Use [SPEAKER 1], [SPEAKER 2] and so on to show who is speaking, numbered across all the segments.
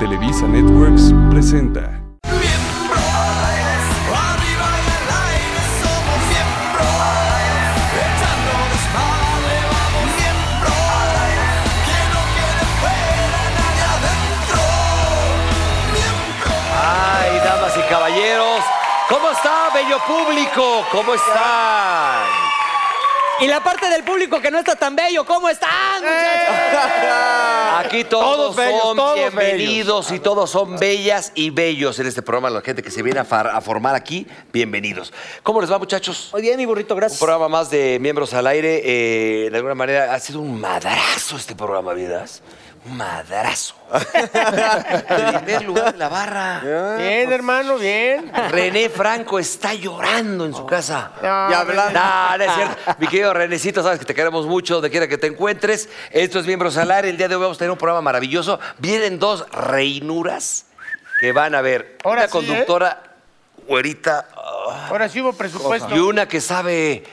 [SPEAKER 1] Televisa Networks presenta.
[SPEAKER 2] Miembros, arriba en el aire somos miembros, echando desmadre vamos miembros, que no quede fuera nadie adentro, miembros.
[SPEAKER 3] Ay, damas y caballeros, ¿cómo está, bello público? ¿Cómo están?
[SPEAKER 4] Y la parte del público que no está tan bello, ¿cómo están, muchachos?
[SPEAKER 3] Aquí todos,
[SPEAKER 5] Todos bellos, Ah.
[SPEAKER 3] son
[SPEAKER 5] todos
[SPEAKER 3] bienvenidos y todos son bellas y bellos en este programa. La gente que se viene a, far- a formar aquí, bienvenidos. ¿Cómo les va, muchachos?
[SPEAKER 4] Muy bien, mi burrito,
[SPEAKER 3] Un
[SPEAKER 4] gracias.
[SPEAKER 3] programa más de Miembros al Aire. eh, de alguna manera ha sido un madrazo este programa, ¿vidas? Un madrazo. Primer lugar de la barra.
[SPEAKER 5] Bien, hermano, bien.
[SPEAKER 3] René Franco está llorando en su casa.
[SPEAKER 5] No,
[SPEAKER 3] y hablando. No, no es cierto. Mi querido Renecito, sabes que te queremos mucho donde quiera que te encuentres. Esto es Miembros al Aire. El día de hoy vamos a tener un programa maravilloso. Vienen dos reinuras que van a ver.
[SPEAKER 5] Ahora
[SPEAKER 3] una
[SPEAKER 5] sí,
[SPEAKER 3] conductora güerita ah,
[SPEAKER 5] Ahora sí hubo presupuesto.
[SPEAKER 3] y una que sabe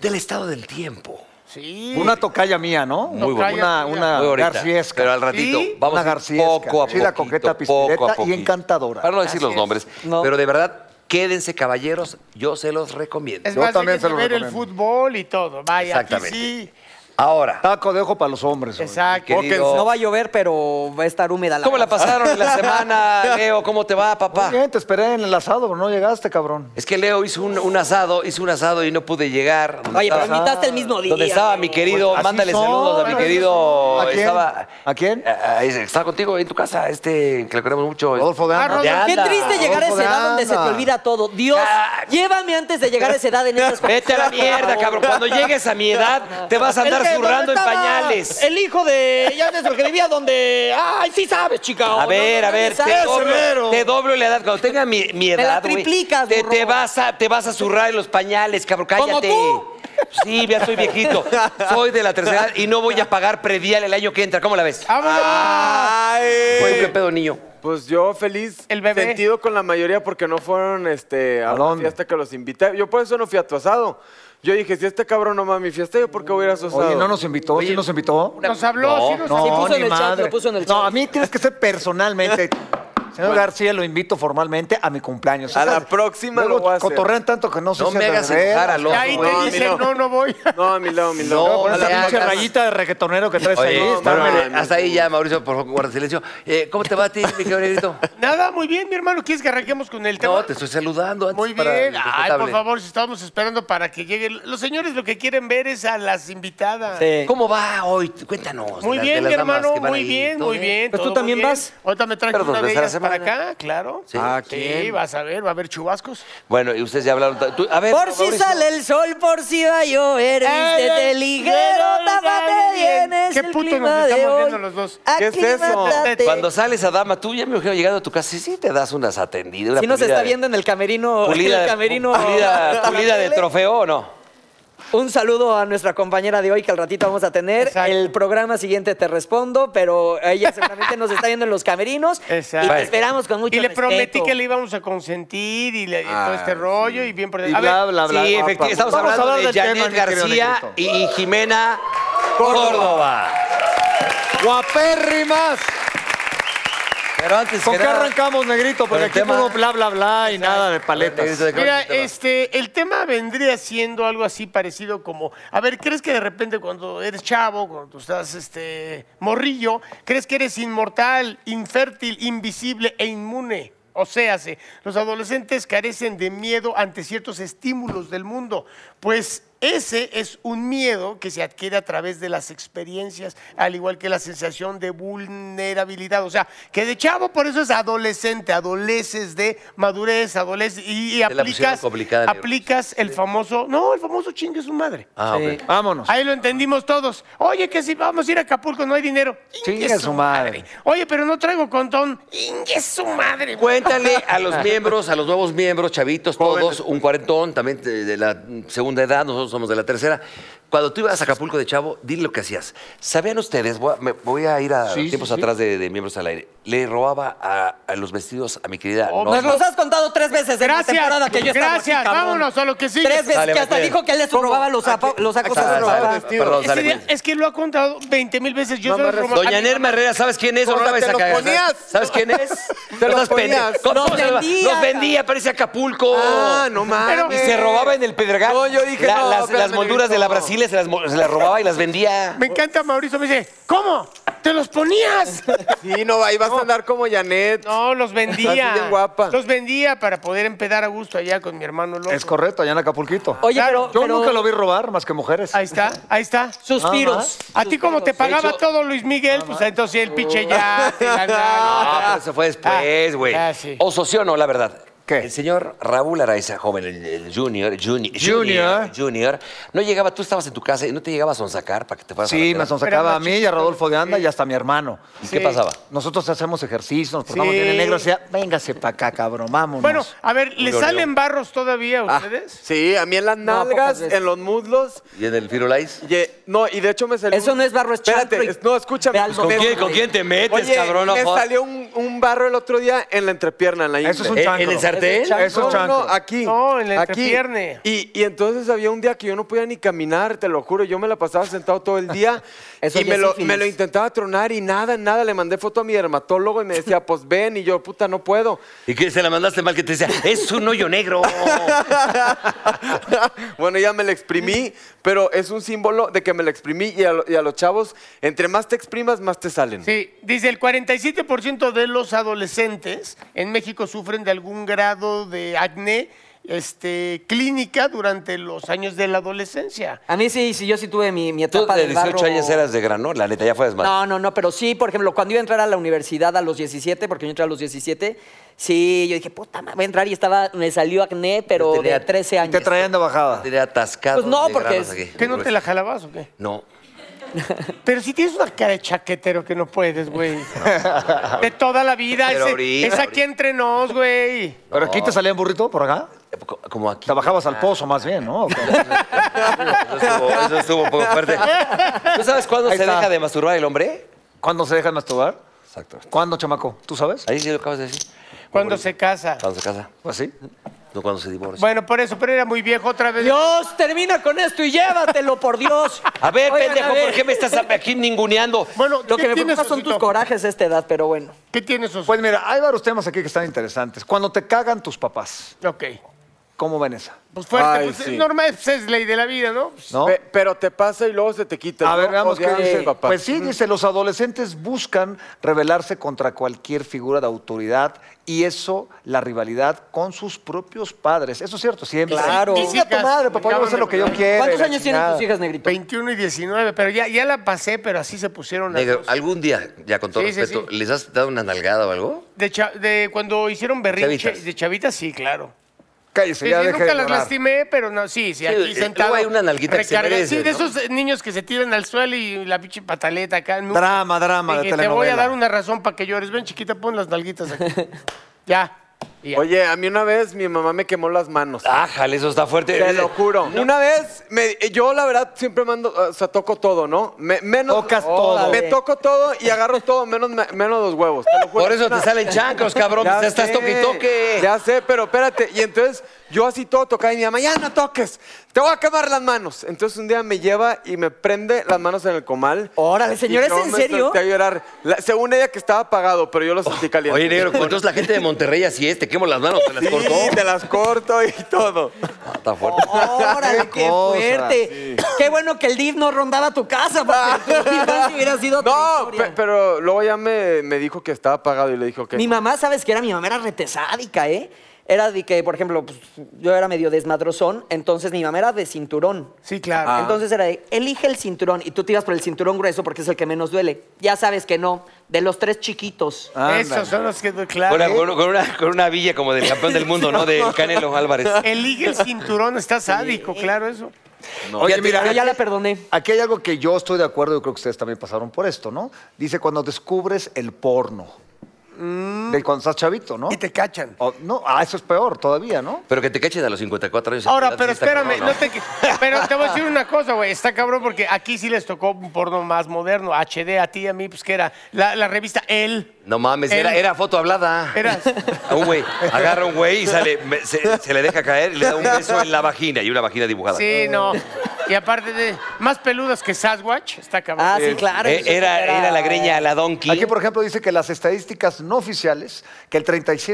[SPEAKER 3] del estado del tiempo.
[SPEAKER 5] Sí.
[SPEAKER 6] Una tocaya mía, ¿no?
[SPEAKER 3] Muy
[SPEAKER 5] bonita.
[SPEAKER 6] Una, una
[SPEAKER 3] Muy ahorita,
[SPEAKER 6] Ah, garciesca.
[SPEAKER 3] Pero al ratito,
[SPEAKER 5] Sí,
[SPEAKER 3] vamos
[SPEAKER 6] una
[SPEAKER 3] a ir
[SPEAKER 6] garciesca.
[SPEAKER 3] poco a
[SPEAKER 6] Sí, la
[SPEAKER 3] poquito,
[SPEAKER 6] coqueta
[SPEAKER 3] poco a
[SPEAKER 6] pispireta y
[SPEAKER 3] poquito.
[SPEAKER 6] encantadora.
[SPEAKER 3] Para no decir
[SPEAKER 5] Así
[SPEAKER 3] los
[SPEAKER 5] es.
[SPEAKER 3] nombres,
[SPEAKER 6] No.
[SPEAKER 3] pero de verdad, quédense caballeros, yo se los recomiendo.
[SPEAKER 5] es
[SPEAKER 6] Yo
[SPEAKER 5] más,
[SPEAKER 6] también
[SPEAKER 5] dejen
[SPEAKER 6] se
[SPEAKER 5] de
[SPEAKER 6] lo
[SPEAKER 5] ver el
[SPEAKER 6] recomiendo.
[SPEAKER 5] fútbol y todo. Vaya, aquí
[SPEAKER 3] Exactamente.
[SPEAKER 5] sí.
[SPEAKER 3] Ahora,
[SPEAKER 6] Taco de ojo para los hombres. güey.
[SPEAKER 5] Exacto.
[SPEAKER 3] querido,
[SPEAKER 4] No va a llover, pero va a estar húmeda la
[SPEAKER 3] ¿cómo la
[SPEAKER 4] cosa.
[SPEAKER 3] pasaron en la semana, Leo? ¿Cómo te va, papá?
[SPEAKER 6] Muy bien, te esperé en el asado, pero no llegaste, cabrón.
[SPEAKER 3] Es que Leo hizo un, un asado, hizo un asado y no pude llegar. donde
[SPEAKER 4] Oye, pero
[SPEAKER 3] estaba-
[SPEAKER 4] invitaste el mismo día.
[SPEAKER 3] Donde estaba
[SPEAKER 4] güey.
[SPEAKER 3] mi querido,
[SPEAKER 6] Pues así
[SPEAKER 3] mándale
[SPEAKER 6] son,
[SPEAKER 3] saludos a mi
[SPEAKER 6] así
[SPEAKER 3] querido.
[SPEAKER 6] son. ¿A quién?
[SPEAKER 3] Estaba,
[SPEAKER 6] ¿A quién?
[SPEAKER 3] Ah, ah, estaba contigo en tu casa, este, que lo queremos mucho.
[SPEAKER 6] Rodolfo de
[SPEAKER 5] Ah,
[SPEAKER 6] Anda.
[SPEAKER 5] Rodolfo.
[SPEAKER 3] Ya
[SPEAKER 4] Qué
[SPEAKER 3] anda.
[SPEAKER 4] triste llegar a
[SPEAKER 6] Rodolfo
[SPEAKER 4] esa
[SPEAKER 6] de
[SPEAKER 4] edad donde se te
[SPEAKER 6] Anda.
[SPEAKER 4] olvida todo. Dios,
[SPEAKER 3] Ya.
[SPEAKER 4] llévame antes de llegar a esa edad en esas
[SPEAKER 3] Ah. Vete a la mierda, cabrón. Cuando llegues a mi edad, te vas a andar
[SPEAKER 4] Es que
[SPEAKER 3] zurrando
[SPEAKER 4] donde
[SPEAKER 3] en
[SPEAKER 4] estaba
[SPEAKER 3] pañales.
[SPEAKER 4] El hijo de. Ya desde el que vivía donde. Ay, sí sabes, chica. o
[SPEAKER 3] A
[SPEAKER 4] no,
[SPEAKER 3] ver,
[SPEAKER 4] no,
[SPEAKER 3] a
[SPEAKER 4] nadie
[SPEAKER 3] ver,
[SPEAKER 4] sabe.
[SPEAKER 3] te doblo, te doblo la edad. Cuando tenga mi, mi
[SPEAKER 4] la
[SPEAKER 3] edad, güey,
[SPEAKER 4] triplicas,
[SPEAKER 3] te,
[SPEAKER 4] burro.
[SPEAKER 3] te vas a, te vas a zurrar en los pañales, cabrón.
[SPEAKER 4] ¿Como
[SPEAKER 3] Cállate.
[SPEAKER 4] tú?
[SPEAKER 3] Sí, ya soy viejito. Soy de la tercera edad y no voy a pagar predial el año que entra. ¿Cómo la ves?
[SPEAKER 5] Vámonos. Ah,
[SPEAKER 3] Güey, ¿Qué pedo, niño?
[SPEAKER 7] Pues yo feliz
[SPEAKER 5] El bebé.
[SPEAKER 7] sentido con la mayoría porque no fueron este, a,
[SPEAKER 6] ¿A
[SPEAKER 7] la
[SPEAKER 6] dónde?
[SPEAKER 7] fiesta que los invité. Yo por eso no fui a tu asado. Yo dije, si este cabrón no va a mi fiesta, ¿yo por qué voy a ir a su asado?
[SPEAKER 6] Oye, ¿no nos invitó? ¿Sí nos invitó?
[SPEAKER 5] Nos habló, sí nos
[SPEAKER 4] Sí,
[SPEAKER 5] habló.
[SPEAKER 4] puso
[SPEAKER 6] ni
[SPEAKER 4] en el chat,
[SPEAKER 6] madre.
[SPEAKER 4] lo puso en el
[SPEAKER 6] No,
[SPEAKER 4] chat.
[SPEAKER 6] a mí tienes que ser personalmente. Señor García, lo invito formalmente a mi cumpleaños.
[SPEAKER 7] A
[SPEAKER 6] Esas-
[SPEAKER 7] la próxima
[SPEAKER 6] Luego
[SPEAKER 7] lo voy a hacer.
[SPEAKER 6] cotorrean tanto que no sé
[SPEAKER 3] No
[SPEAKER 6] si
[SPEAKER 3] me
[SPEAKER 6] es de
[SPEAKER 3] hagas
[SPEAKER 6] veras.
[SPEAKER 3] enojar al
[SPEAKER 5] Y
[SPEAKER 3] otro.
[SPEAKER 5] ahí
[SPEAKER 7] No, a
[SPEAKER 5] te
[SPEAKER 7] mí
[SPEAKER 5] dicen,
[SPEAKER 7] no.
[SPEAKER 5] no, no voy.
[SPEAKER 7] No, a mi lado, a mi lado.
[SPEAKER 6] Con
[SPEAKER 3] No,
[SPEAKER 6] esa
[SPEAKER 3] le
[SPEAKER 6] pinche
[SPEAKER 3] hagas.
[SPEAKER 6] rayita de reggaetonero que
[SPEAKER 5] Pues
[SPEAKER 6] traes ahí.
[SPEAKER 3] Oye,
[SPEAKER 7] no,
[SPEAKER 6] está
[SPEAKER 3] bueno,
[SPEAKER 7] no,
[SPEAKER 6] medio-
[SPEAKER 7] no.
[SPEAKER 3] hasta ahí ya, Mauricio, por favor, guarda silencio. Eh, ¿Cómo te va a ti, mi cabrerito?
[SPEAKER 5] Nada, muy bien, mi hermano. ¿Quieres que arranquemos con el tema?
[SPEAKER 3] No, te estoy saludando antes
[SPEAKER 5] Muy
[SPEAKER 3] para el
[SPEAKER 5] bien. Ay, por
[SPEAKER 3] respetable.
[SPEAKER 5] favor, si estábamos esperando para que lleguen. Los señores lo que quieren ver es a las invitadas.
[SPEAKER 4] Sí.
[SPEAKER 3] ¿Cómo va hoy? Cuéntanos. de
[SPEAKER 5] Muy
[SPEAKER 3] la- de
[SPEAKER 5] bien, mi
[SPEAKER 3] pues, las damas
[SPEAKER 5] hermano,
[SPEAKER 3] que van
[SPEAKER 5] muy
[SPEAKER 3] ahí,
[SPEAKER 5] bien,
[SPEAKER 3] todo
[SPEAKER 5] muy bien.
[SPEAKER 4] Pues tú
[SPEAKER 5] todo muy
[SPEAKER 4] también
[SPEAKER 5] bien.
[SPEAKER 4] vas.
[SPEAKER 5] Ahorita me traes
[SPEAKER 3] Pero
[SPEAKER 5] una
[SPEAKER 3] dos
[SPEAKER 5] de
[SPEAKER 3] veces a la
[SPEAKER 5] ellas para
[SPEAKER 3] semana.
[SPEAKER 5] acá, claro.
[SPEAKER 3] Sí. Ah,
[SPEAKER 7] ¿A
[SPEAKER 5] Sí,
[SPEAKER 7] quién?
[SPEAKER 5] vas a ver, va a haber chubascos.
[SPEAKER 3] Bueno, y ustedes ya hablaron. ta- tú- a ver,
[SPEAKER 4] Por si
[SPEAKER 3] Mauricio.
[SPEAKER 4] sale el sol, por si va a llover, vístete ligero, tápate bien, es
[SPEAKER 5] Qué
[SPEAKER 4] el
[SPEAKER 5] puto
[SPEAKER 4] clima
[SPEAKER 5] nos
[SPEAKER 4] de
[SPEAKER 5] estamos
[SPEAKER 4] hoy.
[SPEAKER 5] viendo los dos.
[SPEAKER 7] ¿Qué es eso?
[SPEAKER 4] Aclimátate.
[SPEAKER 3] Cuando sales a dama, tú ya me imagino llegando a tu casa, sí, sí te das unas atendidas. Una
[SPEAKER 4] Si no se
[SPEAKER 3] pulida
[SPEAKER 4] está
[SPEAKER 3] de-
[SPEAKER 4] viendo en el camerino,
[SPEAKER 3] pulida,
[SPEAKER 4] en el
[SPEAKER 3] de-
[SPEAKER 4] camerino
[SPEAKER 3] pulida, pulida de trofeo o no.
[SPEAKER 4] Un saludo a nuestra compañera de hoy que al ratito vamos a tener.
[SPEAKER 5] Exacto.
[SPEAKER 4] El programa siguiente te respondo, pero ella seguramente nos está viendo en los camerinos.
[SPEAKER 5] Exacto.
[SPEAKER 4] Y te
[SPEAKER 3] Bueno.
[SPEAKER 4] esperamos con mucho
[SPEAKER 5] Y le
[SPEAKER 4] respeto.
[SPEAKER 5] prometí que le íbamos a consentir y, le- y todo este rollo y bien por
[SPEAKER 6] Y
[SPEAKER 5] A ver,
[SPEAKER 6] bla, bla, bla.
[SPEAKER 3] sí,
[SPEAKER 6] Ah,
[SPEAKER 3] efectivamente.
[SPEAKER 6] pa-
[SPEAKER 3] Estamos
[SPEAKER 6] Vamos a
[SPEAKER 3] hablando de
[SPEAKER 6] hablar del
[SPEAKER 3] Janet
[SPEAKER 6] tema, mi querido
[SPEAKER 3] García
[SPEAKER 6] Negrito.
[SPEAKER 3] y Jimena Oh. Córdoba.
[SPEAKER 6] ¡Guapérrimas!
[SPEAKER 3] Pero antes
[SPEAKER 6] ¿Con
[SPEAKER 3] que
[SPEAKER 6] qué
[SPEAKER 3] nada-
[SPEAKER 6] arrancamos, negrito?
[SPEAKER 3] Con
[SPEAKER 6] Porque
[SPEAKER 3] el
[SPEAKER 6] aquí
[SPEAKER 3] tema-
[SPEAKER 6] todo bla, bla, bla y nada de paletas.
[SPEAKER 3] Negrito, ¿de qué
[SPEAKER 5] Mira,
[SPEAKER 3] va el tema?
[SPEAKER 5] este, el tema vendría siendo algo así parecido como, a ver, ¿crees que de repente cuando eres chavo, cuando estás este morrillo, crees que eres inmortal, infértil, invisible e inmune? O sea, se- los adolescentes carecen de miedo ante ciertos estímulos del mundo, pues ese es un miedo que se adquiere a través de las experiencias, al igual que la sensación de vulnerabilidad. O sea, que de chavo por eso es adolescente, adoleces de madurez, adoleces y, y
[SPEAKER 3] Te la pusieron
[SPEAKER 5] aplicas,
[SPEAKER 3] complicada, negro.
[SPEAKER 5] aplicas el famoso, no, el famoso chingue su madre.
[SPEAKER 3] Ah,
[SPEAKER 4] Sí.
[SPEAKER 3] ok.
[SPEAKER 6] Vámonos.
[SPEAKER 5] Ahí lo entendimos todos. Oye, que si vamos a ir a Acapulco no hay dinero.
[SPEAKER 6] Chingue
[SPEAKER 5] Ingue
[SPEAKER 6] su madre.
[SPEAKER 5] Oye, pero no traigo contón. Ingue su madre. güey.
[SPEAKER 3] Cuéntale a los miembros, a los nuevos miembros, chavitos, todos, un cuarentón, también de, de la segunda edad, nosotros somos de la tercera. Cuando tú ibas a Acapulco de Chavo, dile lo que hacías. ¿Sabían ustedes? Voy a, me- voy a ir a
[SPEAKER 6] Sí, sí,
[SPEAKER 3] tiempos
[SPEAKER 6] sí.
[SPEAKER 3] atrás de, de Miembros al Aire. Le robaba a, a los vestidos a mi querida.
[SPEAKER 5] Oh,
[SPEAKER 3] Norma.
[SPEAKER 4] Nos los has contado tres veces en la
[SPEAKER 5] Gracias,
[SPEAKER 4] temporada que yo estaba
[SPEAKER 5] gracias,
[SPEAKER 4] aquí, cabrón.
[SPEAKER 5] vámonos a lo que sigue.
[SPEAKER 4] Tres veces
[SPEAKER 3] Dale,
[SPEAKER 4] que hasta
[SPEAKER 3] Matías. Ah,
[SPEAKER 4] dijo que él les robaba los, zapo- los sacos.
[SPEAKER 3] Sale,
[SPEAKER 4] a su
[SPEAKER 3] sale,
[SPEAKER 4] papá.
[SPEAKER 3] Perdón,
[SPEAKER 5] Ese
[SPEAKER 3] sale,
[SPEAKER 5] día-
[SPEAKER 3] Queen.
[SPEAKER 5] es que lo ha contado 20 mil veces. Yo
[SPEAKER 7] Mamá,
[SPEAKER 5] soy Roma-
[SPEAKER 3] Doña
[SPEAKER 5] a mí-
[SPEAKER 3] Nerma Herrera, ¿sabes quién es? Ahorita
[SPEAKER 7] Porque
[SPEAKER 3] ves
[SPEAKER 7] te
[SPEAKER 3] a
[SPEAKER 7] lo
[SPEAKER 3] cagar, ¿sabes?
[SPEAKER 7] ponías.
[SPEAKER 3] ¿Sabes quién es?
[SPEAKER 7] Te lo
[SPEAKER 3] Esas pende-
[SPEAKER 7] ponías.
[SPEAKER 3] ¿Cómo
[SPEAKER 4] Los
[SPEAKER 3] se llama?
[SPEAKER 4] vendía.
[SPEAKER 3] Los vendía, parece Acapulco.
[SPEAKER 7] Ah, no mames.
[SPEAKER 5] Pero- eh,
[SPEAKER 3] Y se robaba en el Pedregal.
[SPEAKER 7] No, yo dije,
[SPEAKER 3] La-
[SPEAKER 7] no,
[SPEAKER 3] las,
[SPEAKER 7] espérame,
[SPEAKER 3] las molduras de la
[SPEAKER 7] negrito.
[SPEAKER 3] Brasilia se las, mo- se las robaba y las vendía.
[SPEAKER 5] Me encanta Mauricio, me dice, ¿cómo? ¿Te los ponías?
[SPEAKER 7] Sí, no, ahí vas a andar como Janet.
[SPEAKER 5] No, los vendía.
[SPEAKER 7] Así de guapa.
[SPEAKER 5] Los vendía para poder empedar a gusto allá con mi hermano loco.
[SPEAKER 6] Es correcto, allá en Acapulquito.
[SPEAKER 4] Oye,
[SPEAKER 5] Claro,
[SPEAKER 4] pero,
[SPEAKER 6] Yo
[SPEAKER 4] pero
[SPEAKER 6] nunca lo vi robar más que mujeres.
[SPEAKER 5] Ahí está, ahí está.
[SPEAKER 4] suspiros.
[SPEAKER 5] A ti como te pagaba todo Luis Miguel, pues entonces el pinche ya. te
[SPEAKER 3] Ah,
[SPEAKER 5] ganaba.
[SPEAKER 3] pero eso fue después,
[SPEAKER 5] Ah,
[SPEAKER 3] güey.
[SPEAKER 5] ah, sí.
[SPEAKER 3] Oso, ¿sí o no, la verdad.
[SPEAKER 6] ¿Qué?
[SPEAKER 3] El señor Raúl Araiza, joven, el, el junior, juni- junior,
[SPEAKER 6] Junior.
[SPEAKER 3] junior, no llegaba, tú estabas en tu casa y no te llegaba a sonsacar para que te fueras a la
[SPEAKER 6] Sí,
[SPEAKER 3] tele?
[SPEAKER 6] me sonsacaba a mí y a Rodolfo de Anda y hasta a mi hermano.
[SPEAKER 3] ¿Y qué pasaba?
[SPEAKER 6] Nosotros hacemos ejercicio, nos portamos
[SPEAKER 5] Sí.
[SPEAKER 6] bien en negro. Decía, véngase para acá, cabrón, vámonos.
[SPEAKER 5] Bueno, a ver,
[SPEAKER 3] Lo
[SPEAKER 5] ¿le
[SPEAKER 3] leo.
[SPEAKER 5] salen barros todavía a
[SPEAKER 7] Ah,
[SPEAKER 5] ustedes?
[SPEAKER 7] sí, a mí en las nalgas, en los muslos.
[SPEAKER 3] ¿Y en el Firulais?
[SPEAKER 7] y, eh, no, y de hecho me salió.
[SPEAKER 4] Eso
[SPEAKER 7] un-
[SPEAKER 4] no es barro, es
[SPEAKER 7] Espérate,
[SPEAKER 4] chancro y-
[SPEAKER 7] es- no,
[SPEAKER 4] Ve
[SPEAKER 7] escúchame.
[SPEAKER 4] al
[SPEAKER 3] ¿Con
[SPEAKER 4] doctor,
[SPEAKER 3] quién,
[SPEAKER 4] güey.
[SPEAKER 3] con quién te metes,
[SPEAKER 7] Oye,
[SPEAKER 3] cabrón? No
[SPEAKER 7] me
[SPEAKER 3] jodas.
[SPEAKER 7] salió un, un barro el otro día en la entrepierna, en la
[SPEAKER 6] Eso es un
[SPEAKER 7] ingle.
[SPEAKER 3] ¿En-
[SPEAKER 6] chancro.
[SPEAKER 3] ¿En el sartén?
[SPEAKER 4] Eso
[SPEAKER 6] Eso es
[SPEAKER 7] no,
[SPEAKER 6] chancro.
[SPEAKER 7] no, aquí.
[SPEAKER 5] No, en la
[SPEAKER 7] aquí.
[SPEAKER 5] entrepierna.
[SPEAKER 7] Y, y entonces había un día que yo no podía ni caminar, te lo juro. Yo me la pasaba sentado todo el día.
[SPEAKER 4] Eso
[SPEAKER 7] y
[SPEAKER 4] ya
[SPEAKER 7] me
[SPEAKER 4] es
[SPEAKER 7] lo,
[SPEAKER 4] sífilis.
[SPEAKER 7] me lo intentaba tronar y nada, nada. Le mandé foto a mi dermatólogo y me decía, pues ven. Y yo, puta, no puedo.
[SPEAKER 3] ¿Y que se la mandaste mal que te decía, es un hoyo negro?
[SPEAKER 7] bueno, ya me la exprimí, pero es un símbolo de que me la exprimí y a, lo- y a los chavos, entre más te exprimas, más te salen.
[SPEAKER 5] Sí, dice el 47% de los adolescentes en México sufren de algún grado de acné este, clínica durante los años de la adolescencia.
[SPEAKER 4] A mí sí, sí, yo sí tuve mi, mi
[SPEAKER 3] Tú
[SPEAKER 4] etapa
[SPEAKER 3] de
[SPEAKER 4] del
[SPEAKER 3] 18
[SPEAKER 4] barro.
[SPEAKER 3] años eras de granón, la neta, ya fue más.
[SPEAKER 4] No, no, no, pero sí, por ejemplo, cuando iba a entrar a la universidad a los 17, porque yo entré a los 17, sí, yo dije, puta, madre, voy a entrar y estaba, me salió acné, pero
[SPEAKER 3] Yo tenía-
[SPEAKER 4] de 13
[SPEAKER 6] Te
[SPEAKER 4] años.
[SPEAKER 6] traían de bajada.
[SPEAKER 3] Te atascado.
[SPEAKER 4] Pues no, porque es-
[SPEAKER 5] ¿Qué no te la jalabas o qué?
[SPEAKER 3] No.
[SPEAKER 5] Pero si tienes una cara de chaquetero que no puedes, güey. De toda la vida.
[SPEAKER 3] Pero
[SPEAKER 5] ese-
[SPEAKER 3] ahorita,
[SPEAKER 5] es aquí
[SPEAKER 3] ahorita.
[SPEAKER 5] entre nos, güey.
[SPEAKER 6] ¿Pero aquí te salía en burrito por acá?
[SPEAKER 3] Co- Como aquí.
[SPEAKER 6] Trabajabas al pozo más bien, ¿no? ¿O cómo?
[SPEAKER 3] Eso estuvo, eso estuvo un poco fuerte. ¿Tú sabes cuándo
[SPEAKER 6] Ahí
[SPEAKER 3] se
[SPEAKER 6] está.
[SPEAKER 3] deja de masturbar el hombre?
[SPEAKER 6] ¿Cuándo se dejan masturbar?
[SPEAKER 3] Exacto.
[SPEAKER 6] ¿Cuándo, chamaco? ¿Tú sabes?
[SPEAKER 3] Ahí sí lo acabas de decir.
[SPEAKER 5] Cuando se casa.
[SPEAKER 3] Cuando se casa.
[SPEAKER 6] Pues sí.
[SPEAKER 3] No cuando se divorcia.
[SPEAKER 5] Bueno, por eso, pero era muy viejo otra vez.
[SPEAKER 4] Dios, termina con esto y llévatelo, por Dios.
[SPEAKER 3] a ver,
[SPEAKER 4] Oigan,
[SPEAKER 3] pendejo,
[SPEAKER 4] a ver.
[SPEAKER 3] ¿por qué me estás aquí ninguneando?
[SPEAKER 5] Bueno,
[SPEAKER 4] Lo que
[SPEAKER 5] ¿qué
[SPEAKER 4] me
[SPEAKER 5] tienes,
[SPEAKER 4] preocupa son tus
[SPEAKER 5] Osito?
[SPEAKER 4] corajes a esta edad, pero bueno.
[SPEAKER 5] ¿Qué tienes, Osito?
[SPEAKER 6] Pues mira, hay varios temas aquí que están interesantes. Cuando te cagan tus papás,
[SPEAKER 5] Ok.
[SPEAKER 6] ¿cómo ven esa?
[SPEAKER 5] Pues fuerte,
[SPEAKER 7] Ay,
[SPEAKER 5] pues
[SPEAKER 7] sí.
[SPEAKER 5] es normal, pues es ley de la vida, ¿no?
[SPEAKER 6] ¿No?
[SPEAKER 7] Pe- pero te pasa y luego se te quita.
[SPEAKER 6] A
[SPEAKER 7] ¿no?
[SPEAKER 6] ver, veamos qué
[SPEAKER 7] Odiar a
[SPEAKER 6] dice.
[SPEAKER 7] tus papás.
[SPEAKER 6] Pues sí, dice, los adolescentes buscan rebelarse contra cualquier figura de autoridad y eso, la rivalidad con sus propios padres. Eso es cierto, siempre.
[SPEAKER 4] Claro.
[SPEAKER 6] Chinga tu madre, papá, yo voy a hacer lo que yo quiera. y
[SPEAKER 4] ¿Cuántos
[SPEAKER 6] la
[SPEAKER 4] años tienen
[SPEAKER 6] chingada.
[SPEAKER 4] tus hijas, Negrito?
[SPEAKER 5] 21 y 19, pero ya, ya la pasé, pero así se pusieron las
[SPEAKER 3] Negro,
[SPEAKER 5] dos.
[SPEAKER 3] algún día, ya con todo
[SPEAKER 5] Sí, sí,
[SPEAKER 3] respeto,
[SPEAKER 5] sí.
[SPEAKER 3] ¿les has dado una nalgada o algo?
[SPEAKER 5] De, cha- de cuando hicieron berrinche,
[SPEAKER 3] Chavitas.
[SPEAKER 5] de chavitas, sí, claro.
[SPEAKER 6] Cállese,
[SPEAKER 5] Sí,
[SPEAKER 6] ya
[SPEAKER 5] sí,
[SPEAKER 6] deje
[SPEAKER 5] nunca
[SPEAKER 6] de
[SPEAKER 5] las
[SPEAKER 6] llorar.
[SPEAKER 5] lastimé, pero no, sí, sí, aquí
[SPEAKER 3] eh,
[SPEAKER 5] sentado.
[SPEAKER 3] luego hay una nalguita que se
[SPEAKER 5] recarga-
[SPEAKER 3] merece,
[SPEAKER 5] Sí, de
[SPEAKER 3] ¿no?
[SPEAKER 5] esos eh, niños que se tiran al suelo y la pinche pataleta acá. nunca-
[SPEAKER 6] Drama, drama de
[SPEAKER 5] Dije, te voy a
[SPEAKER 6] telenovela.
[SPEAKER 5] dar una razón para que llores. Ven, chiquita, pon las nalguitas aquí. ya. Y ya.
[SPEAKER 7] Oye, a mí una vez mi mamá me quemó las manos.
[SPEAKER 3] Ájale, eso está fuerte.
[SPEAKER 7] Te lo juro. Una vez, me- yo la verdad siempre mando, o sea, toco todo, ¿no? Me- menos,
[SPEAKER 6] Tocas todo.
[SPEAKER 7] Me toco todo y agarro todo, menos, menos los huevos. Te lo juro.
[SPEAKER 3] Por eso te salen chancros, cabrón.
[SPEAKER 7] Ya
[SPEAKER 3] pues, estás
[SPEAKER 7] sé,
[SPEAKER 3] toque y toque.
[SPEAKER 7] Ya sé, pero espérate. Y entonces yo así todo tocaba y mi mamá, ya no toques, te voy a quemar las manos. Entonces un día me lleva y me prende las manos en el comal.
[SPEAKER 4] Órale, señora,
[SPEAKER 7] Y yo
[SPEAKER 4] ¿es en
[SPEAKER 7] me
[SPEAKER 4] serio?
[SPEAKER 7] solté a llorar. La- según ella que estaba apagado, pero yo lo sentí caliente.
[SPEAKER 3] Oh, Oye, negro, entonces la gente de Monterrey así es, te quemo las manos, te las
[SPEAKER 7] Sí,
[SPEAKER 3] cortó.
[SPEAKER 7] te las corto y todo.
[SPEAKER 3] Ah, está fuerte.
[SPEAKER 4] Órale, qué
[SPEAKER 6] cosa,
[SPEAKER 4] fuerte. Qué bueno que el DIF no rondaba tu casa, porque tu infancia hubiera sido otra
[SPEAKER 7] No,
[SPEAKER 4] historia.
[SPEAKER 7] pe- pero luego ya me, me dijo que estaba apagado y le dijo que...
[SPEAKER 4] Mi mamá, ¿sabes que era? Mi mamá era retesádica, ¿eh? Era de que, por ejemplo, pues, yo era medio desmadrozón, entonces mi mamá era de cinturón.
[SPEAKER 5] Sí, claro.
[SPEAKER 3] Ah.
[SPEAKER 4] Entonces era de, elige el cinturón y tú te ibas por el cinturón grueso porque es el que menos duele. Ya sabes que no, de los tres chiquitos.
[SPEAKER 3] Ah,
[SPEAKER 6] Ándale.
[SPEAKER 5] Esos son los que, claro. ¿eh?
[SPEAKER 3] Con una, con una- con una villa como del campeón del mundo, ¿no? Del Canelo Álvarez.
[SPEAKER 5] Elige el cinturón, está sádico, claro eso.
[SPEAKER 6] Oye,
[SPEAKER 4] Fíjate,
[SPEAKER 6] mira,
[SPEAKER 4] pero ya la perdoné.
[SPEAKER 6] Aquí hay algo que yo estoy de acuerdo y creo que ustedes también pasaron por esto, ¿no? Dice, cuando descubres el porno. De cuando estás chavito, ¿no?
[SPEAKER 5] Y te cachan.
[SPEAKER 6] O- no, ah, eso es peor todavía, ¿no?
[SPEAKER 3] Pero que te cachen a los 54 años.
[SPEAKER 5] Ahora,
[SPEAKER 3] ¿verdad?
[SPEAKER 5] pero
[SPEAKER 3] Sí está
[SPEAKER 5] espérame,
[SPEAKER 3] cabrón,
[SPEAKER 5] no te, pero te voy a decir una cosa, güey. Está cabrón porque aquí sí les tocó un porno más moderno, HD, a ti y a mí, pues que era la, la revista El.
[SPEAKER 3] No mames, era,
[SPEAKER 5] El-
[SPEAKER 3] era foto hablada.
[SPEAKER 5] Era-
[SPEAKER 3] A un güey, agarra a un güey y sale, me- se, se le deja caer y le da un beso en la vagina y una vagina dibujada.
[SPEAKER 5] Sí, no. Y aparte de más peludas que Sasquatch, está cabrón.
[SPEAKER 4] Ah, sí, claro.
[SPEAKER 3] Eh, era, era la greña a la donkey.
[SPEAKER 6] Aquí, por ejemplo, dice que las estadísticas no oficiales, que el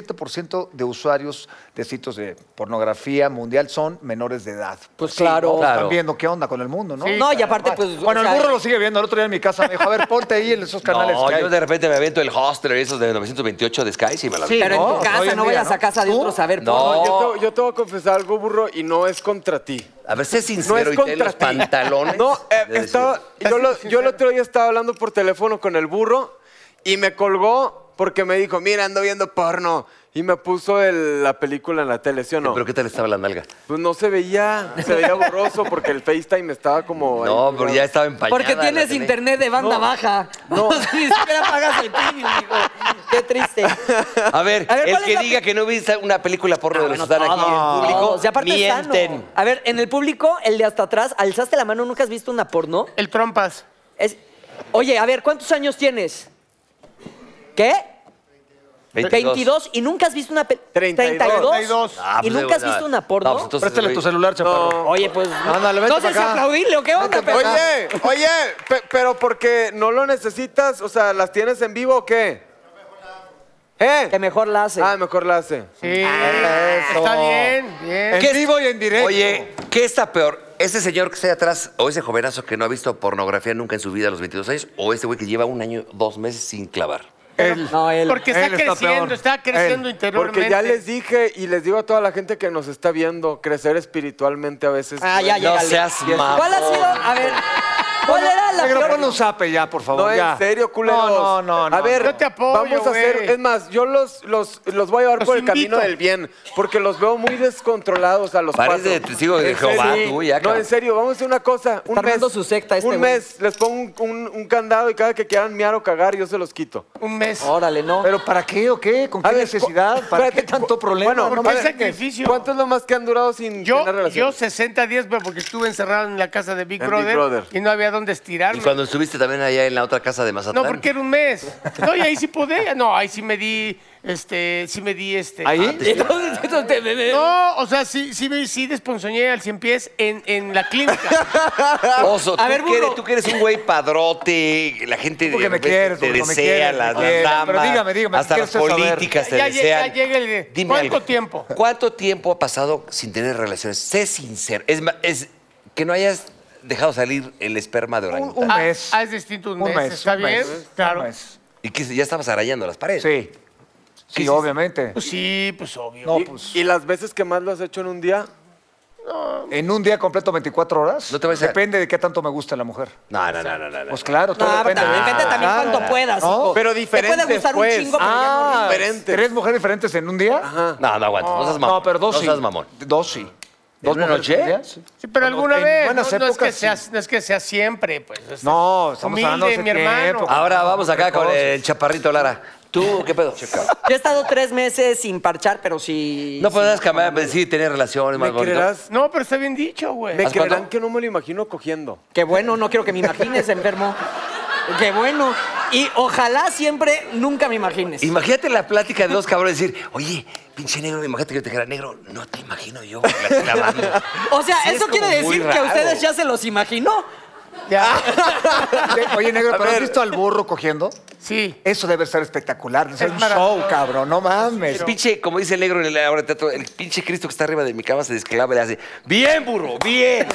[SPEAKER 6] 37% de usuarios de sitios de pornografía mundial son menores de edad.
[SPEAKER 4] Pues claro.
[SPEAKER 6] ¿no?
[SPEAKER 3] Claro.
[SPEAKER 6] Están viendo qué onda con el mundo, ¿no?
[SPEAKER 5] Sí,
[SPEAKER 4] No, y aparte, pues. o
[SPEAKER 6] Bueno, el
[SPEAKER 4] sea,
[SPEAKER 6] burro lo sigue viendo. El otro día en mi casa me dijo, a ver, ponte ahí en esos canales.
[SPEAKER 3] no,
[SPEAKER 6] que hay".
[SPEAKER 3] yo de repente me avento el hostler esos de 928 de Sky y me la
[SPEAKER 5] Sí,
[SPEAKER 4] Pero en
[SPEAKER 6] No,
[SPEAKER 4] tu
[SPEAKER 6] hoy
[SPEAKER 4] casa,
[SPEAKER 6] en
[SPEAKER 4] no
[SPEAKER 6] día,
[SPEAKER 4] vayas
[SPEAKER 6] ¿no?
[SPEAKER 4] a casa de
[SPEAKER 6] ¿Tú?
[SPEAKER 4] otros a ver
[SPEAKER 3] No.
[SPEAKER 4] porno.
[SPEAKER 7] Yo, te, yo te voy a confesar algo, burro, y no es contra ti.
[SPEAKER 3] A ver, sé sincero
[SPEAKER 7] No es
[SPEAKER 3] y ten
[SPEAKER 7] contra
[SPEAKER 3] los
[SPEAKER 7] ti.
[SPEAKER 3] pantalones.
[SPEAKER 7] No, eh,
[SPEAKER 3] de
[SPEAKER 7] estaba,
[SPEAKER 3] decir,
[SPEAKER 7] yo, lo- yo el otro día estaba hablando por teléfono con el burro y me colgó porque me dijo, mira, ando viendo porno. Y me puso el- la película en la tele, ¿sí o no?
[SPEAKER 3] ¿Pero qué tal estaba la nalga?
[SPEAKER 7] Pues no se veía, se veía borroso porque el FaceTime estaba como... ahí
[SPEAKER 3] No, pero
[SPEAKER 7] colgado.
[SPEAKER 3] ya estaba empañada.
[SPEAKER 4] Porque
[SPEAKER 3] la
[SPEAKER 4] tienes
[SPEAKER 3] tele.
[SPEAKER 4] internet de banda baja. No. Ni siquiera pagas el premium, digo. Qué triste.
[SPEAKER 3] A ver,
[SPEAKER 4] A ver,
[SPEAKER 3] el
[SPEAKER 4] ¿cuál
[SPEAKER 3] que
[SPEAKER 4] es la
[SPEAKER 3] diga que no viste una película porno de los que están aquí en el
[SPEAKER 4] Todos, y
[SPEAKER 3] público,
[SPEAKER 4] aparte es sano.
[SPEAKER 3] mienten.
[SPEAKER 4] A ver, en el público, el de hasta atrás, alzaste la mano, ¿nunca has visto una porno?
[SPEAKER 5] El Trompas.
[SPEAKER 4] Es- Oye, a ver, ¿cuántos años tienes? ¿Qué? 22 y nunca has visto una película.
[SPEAKER 7] 32.
[SPEAKER 3] Ah,
[SPEAKER 4] y
[SPEAKER 3] pues,
[SPEAKER 4] nunca has
[SPEAKER 3] nada.
[SPEAKER 4] visto una porno.
[SPEAKER 3] No, pues, entonces,
[SPEAKER 6] Préstale
[SPEAKER 3] güey.
[SPEAKER 6] tu celular, chaparro.
[SPEAKER 4] Oye, pues.
[SPEAKER 6] Ándale, vente
[SPEAKER 4] no sé
[SPEAKER 6] pa'
[SPEAKER 4] si
[SPEAKER 6] acá.
[SPEAKER 4] aplaudirle o qué onda, pero.
[SPEAKER 7] Oye, oye, pe- pero porque no lo necesitas, o sea, ¿las tienes en vivo o qué? ¿Eh?
[SPEAKER 4] Que mejor la hace.
[SPEAKER 7] Ah, mejor la hace.
[SPEAKER 5] Sí. Está bien, bien.
[SPEAKER 6] En vivo y en directo.
[SPEAKER 3] Oye, ¿qué está peor? ¿Ese señor que está ahí atrás o ese jovenazo que no ha visto pornografía nunca en su vida a los 22 años o este güey que lleva un año, dos meses sin clavar?
[SPEAKER 4] no, él.
[SPEAKER 5] Porque está
[SPEAKER 6] él está
[SPEAKER 5] creciendo,
[SPEAKER 6] peor.
[SPEAKER 5] está creciendo
[SPEAKER 6] Él.
[SPEAKER 5] interiormente.
[SPEAKER 7] Porque ya les dije y les digo a toda la gente que nos está viendo, crecer espiritualmente a veces.
[SPEAKER 4] Ah, ya,
[SPEAKER 7] duele.
[SPEAKER 4] ya.
[SPEAKER 3] No
[SPEAKER 4] dale.
[SPEAKER 3] seas mamón.
[SPEAKER 4] ¿Cuál ha sido? A ver. ¿Cuál era la
[SPEAKER 6] Negro,
[SPEAKER 4] peor?
[SPEAKER 6] ponle un zape ya, por favor.
[SPEAKER 7] No,
[SPEAKER 6] ya.
[SPEAKER 7] en serio, culeros.
[SPEAKER 6] No, no, no.
[SPEAKER 7] A
[SPEAKER 6] no.
[SPEAKER 7] ver,
[SPEAKER 5] Yo te apoyo,
[SPEAKER 7] vamos a hacer...
[SPEAKER 5] güey.
[SPEAKER 7] Es más, yo los, los, los voy a llevar
[SPEAKER 5] Los
[SPEAKER 7] por el
[SPEAKER 5] invito.
[SPEAKER 7] camino del bien, porque los veo muy descontrolados a los
[SPEAKER 3] Parece
[SPEAKER 7] cuatro.
[SPEAKER 3] testigo de
[SPEAKER 7] En serio.
[SPEAKER 3] Jehová, tú, ya,
[SPEAKER 7] No,
[SPEAKER 3] cabrón.
[SPEAKER 7] en serio, vamos a hacer una cosa. Un
[SPEAKER 4] Está armando
[SPEAKER 7] mes,
[SPEAKER 4] su secta este
[SPEAKER 7] Un
[SPEAKER 4] güey.
[SPEAKER 7] mes, les pongo un, un- un candado y cada que quieran miar o cagar, yo se los quito.
[SPEAKER 5] Un mes.
[SPEAKER 4] Órale, no.
[SPEAKER 6] ¿Pero para qué o qué? ¿Con
[SPEAKER 7] A
[SPEAKER 6] qué
[SPEAKER 7] ver,
[SPEAKER 6] necesidad?
[SPEAKER 7] cu-
[SPEAKER 6] ¿Para qué
[SPEAKER 7] espérate,
[SPEAKER 6] tanto
[SPEAKER 7] cu-
[SPEAKER 6] problema?
[SPEAKER 7] bueno,
[SPEAKER 6] No
[SPEAKER 5] ¿por qué
[SPEAKER 6] me-
[SPEAKER 5] se- Sacrificio.
[SPEAKER 7] ¿Cuánto es lo más que han durado sin
[SPEAKER 5] Yo,
[SPEAKER 7] tener relación?
[SPEAKER 5] yo 60-10, güey, porque estuve encerrado en la casa de Big,
[SPEAKER 7] En Big
[SPEAKER 5] Brother,
[SPEAKER 7] Brother.
[SPEAKER 5] y no había dónde
[SPEAKER 3] Y
[SPEAKER 5] estirarme.
[SPEAKER 3] cuando estuviste también allá en la otra casa de Mazatlán.
[SPEAKER 5] No, porque era un mes. No, y ahí sí podía. No, ahí sí me di, este, sí me di, este...
[SPEAKER 3] Ah,
[SPEAKER 6] ¿Ahí?
[SPEAKER 4] Entonces, entonces, te- te- te-
[SPEAKER 5] No, o sea, sí, sí, me- sí desponzoñé al cien pies en, en la clínica.
[SPEAKER 3] Ah, Oso,
[SPEAKER 4] A
[SPEAKER 3] tú,
[SPEAKER 4] ver,
[SPEAKER 3] que eres,
[SPEAKER 4] burro.
[SPEAKER 3] tú que eres un güey padrote, la gente de
[SPEAKER 6] Porque me
[SPEAKER 3] repente
[SPEAKER 6] quieres,
[SPEAKER 3] te
[SPEAKER 6] burro, me
[SPEAKER 3] desea,
[SPEAKER 6] quieres,
[SPEAKER 3] las,
[SPEAKER 6] me
[SPEAKER 3] las
[SPEAKER 6] quieres.
[SPEAKER 3] damas,
[SPEAKER 6] Pero dígame, dígame,
[SPEAKER 3] hasta
[SPEAKER 6] ¿qué
[SPEAKER 3] las
[SPEAKER 6] quieres saber?
[SPEAKER 3] políticas te
[SPEAKER 5] Ya lle-
[SPEAKER 3] desean.
[SPEAKER 5] ya llega el de, ¿cuánto tiempo?
[SPEAKER 3] ¿Cuánto tiempo ha pasado sin tener relaciones? Sé sincero, es, ma- es que no hayas dejado salir el esperma de
[SPEAKER 6] Un,
[SPEAKER 3] orangután.
[SPEAKER 6] un
[SPEAKER 5] Ah,
[SPEAKER 6] mes.
[SPEAKER 5] ah, es distinto un mes, ¿está
[SPEAKER 6] un
[SPEAKER 5] bien?
[SPEAKER 6] mes,
[SPEAKER 5] Claro.
[SPEAKER 6] un mes.
[SPEAKER 3] Y que ya estabas arañando las paredes.
[SPEAKER 6] Sí. Sí, obviamente.
[SPEAKER 5] Pues sí, pues obvio.
[SPEAKER 6] No,
[SPEAKER 7] ¿Y,
[SPEAKER 6] pues,
[SPEAKER 7] y las veces que más lo has hecho en un día?
[SPEAKER 6] en un día completo 24 horas.
[SPEAKER 3] No te vayas a-
[SPEAKER 6] Depende de qué tanto me gusta la mujer.
[SPEAKER 3] No, no, no, no, no. no.
[SPEAKER 6] Pues claro, todo
[SPEAKER 4] No,
[SPEAKER 6] depende.
[SPEAKER 4] pero depende también
[SPEAKER 6] Claro.
[SPEAKER 4] cuánto puedas,
[SPEAKER 6] No,
[SPEAKER 4] hijo.
[SPEAKER 7] pero
[SPEAKER 4] Te
[SPEAKER 7] diferentes,
[SPEAKER 4] puede gustar
[SPEAKER 7] pues.
[SPEAKER 4] un chingo, pero ya no
[SPEAKER 7] Ah,
[SPEAKER 4] rindo.
[SPEAKER 7] diferentes.
[SPEAKER 6] ¿Tres mujeres diferentes en un día?
[SPEAKER 3] No, no aguanto. No seas mamón.
[SPEAKER 6] No, pero dos sí.
[SPEAKER 3] No seas mamón.
[SPEAKER 6] Dos sí. ¿Dos
[SPEAKER 3] una
[SPEAKER 6] mujeres
[SPEAKER 3] noche?
[SPEAKER 6] en un día? Sí.
[SPEAKER 5] Sí, pero
[SPEAKER 6] Bueno,
[SPEAKER 5] alguna
[SPEAKER 6] en
[SPEAKER 5] vez. No,
[SPEAKER 6] buenas
[SPEAKER 5] no es que
[SPEAKER 6] épocas,
[SPEAKER 5] sea,
[SPEAKER 6] sí.
[SPEAKER 5] no es que sea siempre, pues. este,
[SPEAKER 6] No, estamos hablando hace
[SPEAKER 5] mi hermano.
[SPEAKER 6] tiempo.
[SPEAKER 3] Ahora vamos acá con
[SPEAKER 6] Precoces.
[SPEAKER 3] el chaparrito Lara. ¿Tú qué pedo?
[SPEAKER 4] Yo he estado tres meses sin parchar, pero sí.
[SPEAKER 3] No pues, podrás cambiar, sí, tener relaciones más
[SPEAKER 7] ¿Me
[SPEAKER 3] bonitas.
[SPEAKER 7] creerás?
[SPEAKER 5] No, pero está bien dicho, güey.
[SPEAKER 7] ¿Me
[SPEAKER 3] ¿Hasta
[SPEAKER 7] creerán
[SPEAKER 3] cuándo?
[SPEAKER 7] que no me lo imagino cogiendo?
[SPEAKER 4] Qué bueno, no quiero que me imagines, enfermo. Qué bueno. Y ojalá siempre, nunca me imagines.
[SPEAKER 3] Imagínate la plática de dos cabrones decir, oye, pinche negro, imagínate que yo te dijera, negro, no te imagino yo la clavando".
[SPEAKER 4] O sea,
[SPEAKER 3] Sí, es
[SPEAKER 4] eso
[SPEAKER 3] como
[SPEAKER 4] quiere
[SPEAKER 3] muy
[SPEAKER 4] decir que
[SPEAKER 3] raro.
[SPEAKER 4] ustedes ya se los imaginó.
[SPEAKER 6] Ah. Oye, Oye, negro, ¿pero has visto al burro cogiendo?
[SPEAKER 5] Sí.
[SPEAKER 6] Eso debe ser espectacular. Debe ser
[SPEAKER 5] Es
[SPEAKER 6] un
[SPEAKER 5] maravilloso.
[SPEAKER 6] show, cabrón. No mames.
[SPEAKER 3] El pinche, como dice el negro en el ahora teatro, el pinche Cristo que está arriba de mi cama se desclava y le hace, bien, burro, bien.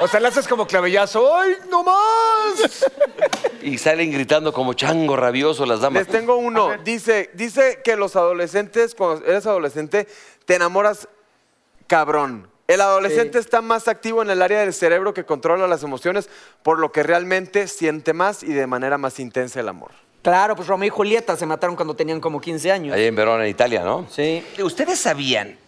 [SPEAKER 6] O sea, le haces como clavellazo. ¡Ay, no más!
[SPEAKER 3] Y salen gritando como chango rabioso las damas.
[SPEAKER 7] Les tengo uno. Dice, dice que los adolescentes, cuando eres adolescente, te enamoras cabrón. El adolescente está más activo en el área del cerebro que controla las emociones, por lo que realmente siente más y de manera más intensa el amor.
[SPEAKER 4] Claro, pues Romeo y Julieta se mataron cuando tenían como 15 años.
[SPEAKER 3] Allá en Verona, en Italia, ¿no?
[SPEAKER 4] Sí.
[SPEAKER 3] ¿Ustedes sabían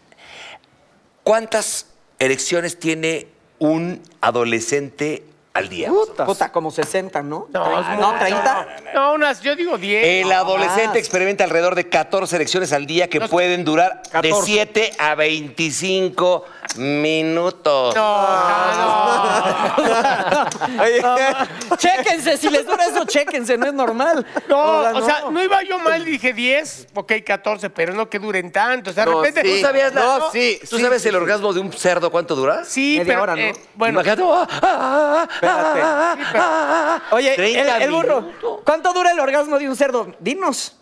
[SPEAKER 3] cuántas erecciones tiene un adolescente al día.
[SPEAKER 6] Putas.
[SPEAKER 4] Puta, como 60, ¿no?
[SPEAKER 5] No, es
[SPEAKER 4] no
[SPEAKER 5] mucho.
[SPEAKER 4] 30.
[SPEAKER 5] No, unas, yo digo 10.
[SPEAKER 3] El adolescente
[SPEAKER 4] más.
[SPEAKER 3] experimenta alrededor de 14 erecciones al día que pueden durar de
[SPEAKER 6] 14.
[SPEAKER 3] 7 a 25 minutos.
[SPEAKER 7] Oye,
[SPEAKER 4] chéquense, si les dura eso, chéquense, no es normal.
[SPEAKER 5] No, o sea, no iba yo mal, dije 10, ok, 14, pero no que duren tanto. O sea, de
[SPEAKER 7] No,
[SPEAKER 5] repente.
[SPEAKER 7] sí.
[SPEAKER 3] ¿Tú sabías, la-
[SPEAKER 7] No, sí,
[SPEAKER 3] ¿tú
[SPEAKER 7] sí,
[SPEAKER 3] sabes
[SPEAKER 7] sí,
[SPEAKER 3] el
[SPEAKER 7] sí.
[SPEAKER 3] orgasmo de un cerdo cuánto dura?
[SPEAKER 5] Sí,
[SPEAKER 4] Media
[SPEAKER 5] pero.
[SPEAKER 4] hora, ¿no?
[SPEAKER 5] eh, bueno,
[SPEAKER 3] Imagínate. ah, ah, ah,
[SPEAKER 6] Espérate.
[SPEAKER 3] ah, ah, ah, ah.
[SPEAKER 4] Oye, el,
[SPEAKER 3] 30
[SPEAKER 4] el burro,
[SPEAKER 3] minutos.
[SPEAKER 4] ¿cuánto dura el orgasmo de un cerdo? Dinos.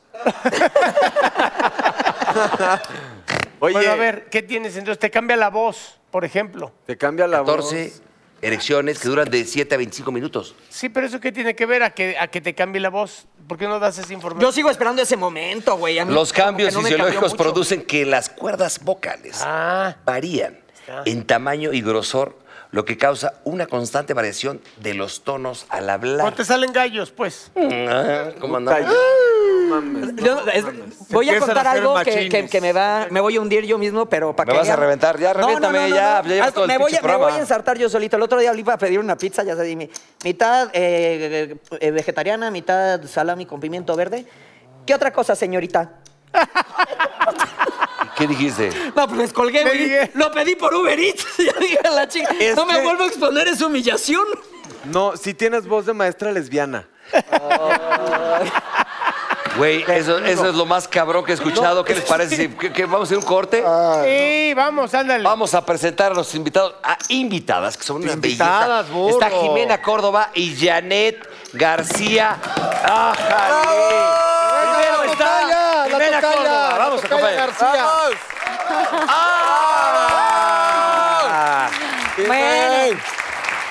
[SPEAKER 7] oye,
[SPEAKER 5] bueno, a ver, ¿qué tienes? Entonces te cambia la voz, por ejemplo.
[SPEAKER 7] te cambia la
[SPEAKER 3] 14
[SPEAKER 7] voz.
[SPEAKER 3] erecciones que duran de 7 a 25 minutos.
[SPEAKER 5] Sí, pero eso qué tiene que ver a que, a que te cambie la voz. ¿Por qué no das esa información?
[SPEAKER 4] Yo sigo esperando ese momento, güey. a mí
[SPEAKER 3] Los
[SPEAKER 4] como
[SPEAKER 3] cambios
[SPEAKER 4] que no me cambió
[SPEAKER 3] fisiológicos
[SPEAKER 4] mucho.
[SPEAKER 3] producen que las cuerdas vocales
[SPEAKER 5] Ah,
[SPEAKER 3] varían en tamaño y grosor, lo que causa una constante variación de los tonos al
[SPEAKER 5] o
[SPEAKER 3] hablar.
[SPEAKER 5] te salen gallos, pues.
[SPEAKER 3] Ah, ¿Cómo andamos?
[SPEAKER 7] Puta, yo- no mames, no
[SPEAKER 4] Yo- es-
[SPEAKER 7] mames.
[SPEAKER 4] voy a
[SPEAKER 6] empiezan
[SPEAKER 4] contar
[SPEAKER 6] a hacer
[SPEAKER 4] algo que, que-
[SPEAKER 6] machines.
[SPEAKER 4] que me va, me voy a hundir yo mismo, pero para
[SPEAKER 6] Me
[SPEAKER 4] que
[SPEAKER 6] vas a
[SPEAKER 4] vean.
[SPEAKER 6] reventar, ya,
[SPEAKER 4] No, no,
[SPEAKER 6] revéntame,
[SPEAKER 4] no,
[SPEAKER 6] ya,
[SPEAKER 4] no, no.
[SPEAKER 6] ya llevas
[SPEAKER 4] Algo-
[SPEAKER 6] todo el
[SPEAKER 4] me, voy a,
[SPEAKER 6] pinche
[SPEAKER 4] me voy a
[SPEAKER 6] programa.
[SPEAKER 4] ensartar yo solito. El otro día le iba a pedir una pizza, ya sabes, mi- mitad eh, eh, vegetariana, mitad salami con pimiento verde. ¿Qué otra cosa, señorita?
[SPEAKER 3] ¿Qué dijiste?
[SPEAKER 4] No, pues les colgué,
[SPEAKER 5] Le
[SPEAKER 4] güey.
[SPEAKER 5] dije.
[SPEAKER 4] Lo pedí por Uber Eats. Ya dije a la chica,
[SPEAKER 7] Es
[SPEAKER 4] no me
[SPEAKER 7] que-
[SPEAKER 4] vuelvo a exponer esa humillación.
[SPEAKER 7] No, si tienes voz de maestra lesbiana.
[SPEAKER 3] Güey, eso, eso es lo más cabrón que he escuchado. ¿Qué les parece? si- que, que vamos a hacer un corte.
[SPEAKER 5] sí, vamos, ándale.
[SPEAKER 3] Vamos a presentar a los invitados, a invitadas, que son unas
[SPEAKER 6] Invitadas,
[SPEAKER 3] bellezas.
[SPEAKER 6] burro.
[SPEAKER 3] Está Jimena Córdoba y Janet García. ¡Ájale! Primero
[SPEAKER 6] tocaya,
[SPEAKER 3] está
[SPEAKER 6] la
[SPEAKER 3] Jimena
[SPEAKER 6] tocaya,
[SPEAKER 3] Córdoba.
[SPEAKER 6] la
[SPEAKER 3] Vamos,
[SPEAKER 6] tocaya
[SPEAKER 3] acompañar.
[SPEAKER 7] ¡Vamos!
[SPEAKER 8] Bueno,
[SPEAKER 3] Ah,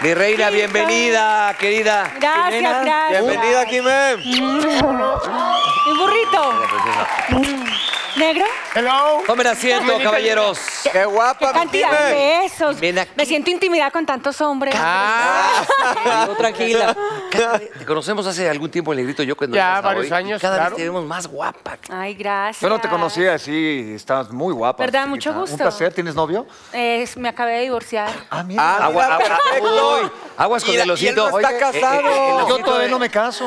[SPEAKER 3] Mi reina, bienvenida, querida.
[SPEAKER 8] gracias, gracias.
[SPEAKER 7] Bienvenida, Jimé.
[SPEAKER 8] Mi burrito. Mm. ¿Negro?
[SPEAKER 5] Hello.
[SPEAKER 3] Tomen asiento,
[SPEAKER 5] Bienvenida.
[SPEAKER 3] caballeros.
[SPEAKER 7] ¡Qué
[SPEAKER 8] ¿Qué
[SPEAKER 7] guapa, mi
[SPEAKER 8] cantidad
[SPEAKER 7] Jimé!
[SPEAKER 8] de esos?
[SPEAKER 3] Ven aquí. Ah.
[SPEAKER 8] Me siento intimidada con tantos hombres.
[SPEAKER 4] No, tranquila.
[SPEAKER 3] Te conocemos hace algún tiempo, el negrito y yo, cuando
[SPEAKER 5] Ya,
[SPEAKER 3] llegamos a
[SPEAKER 5] varios
[SPEAKER 3] hoy,
[SPEAKER 5] años,
[SPEAKER 3] y cada
[SPEAKER 5] claro.
[SPEAKER 3] vez te vemos más guapa.
[SPEAKER 8] Ay, gracias.
[SPEAKER 6] Yo no te conocía así, estabas muy guapa.
[SPEAKER 8] ¿Verdad?
[SPEAKER 6] chiquita.
[SPEAKER 8] Mucho gusto.
[SPEAKER 6] Un placer, ¿tienes novio?
[SPEAKER 8] Eh, me acabé de divorciar.
[SPEAKER 6] Ah, mira.
[SPEAKER 7] Ah,
[SPEAKER 3] Agua-
[SPEAKER 7] mira,
[SPEAKER 3] agua-
[SPEAKER 7] perfecto.
[SPEAKER 3] uy, aguas con
[SPEAKER 7] Y la-
[SPEAKER 3] el
[SPEAKER 7] y él
[SPEAKER 3] osito.
[SPEAKER 7] no está
[SPEAKER 3] Oye, eh,
[SPEAKER 7] casado.
[SPEAKER 3] eh, el osito
[SPEAKER 6] Yo todavía
[SPEAKER 3] de-
[SPEAKER 6] no me caso.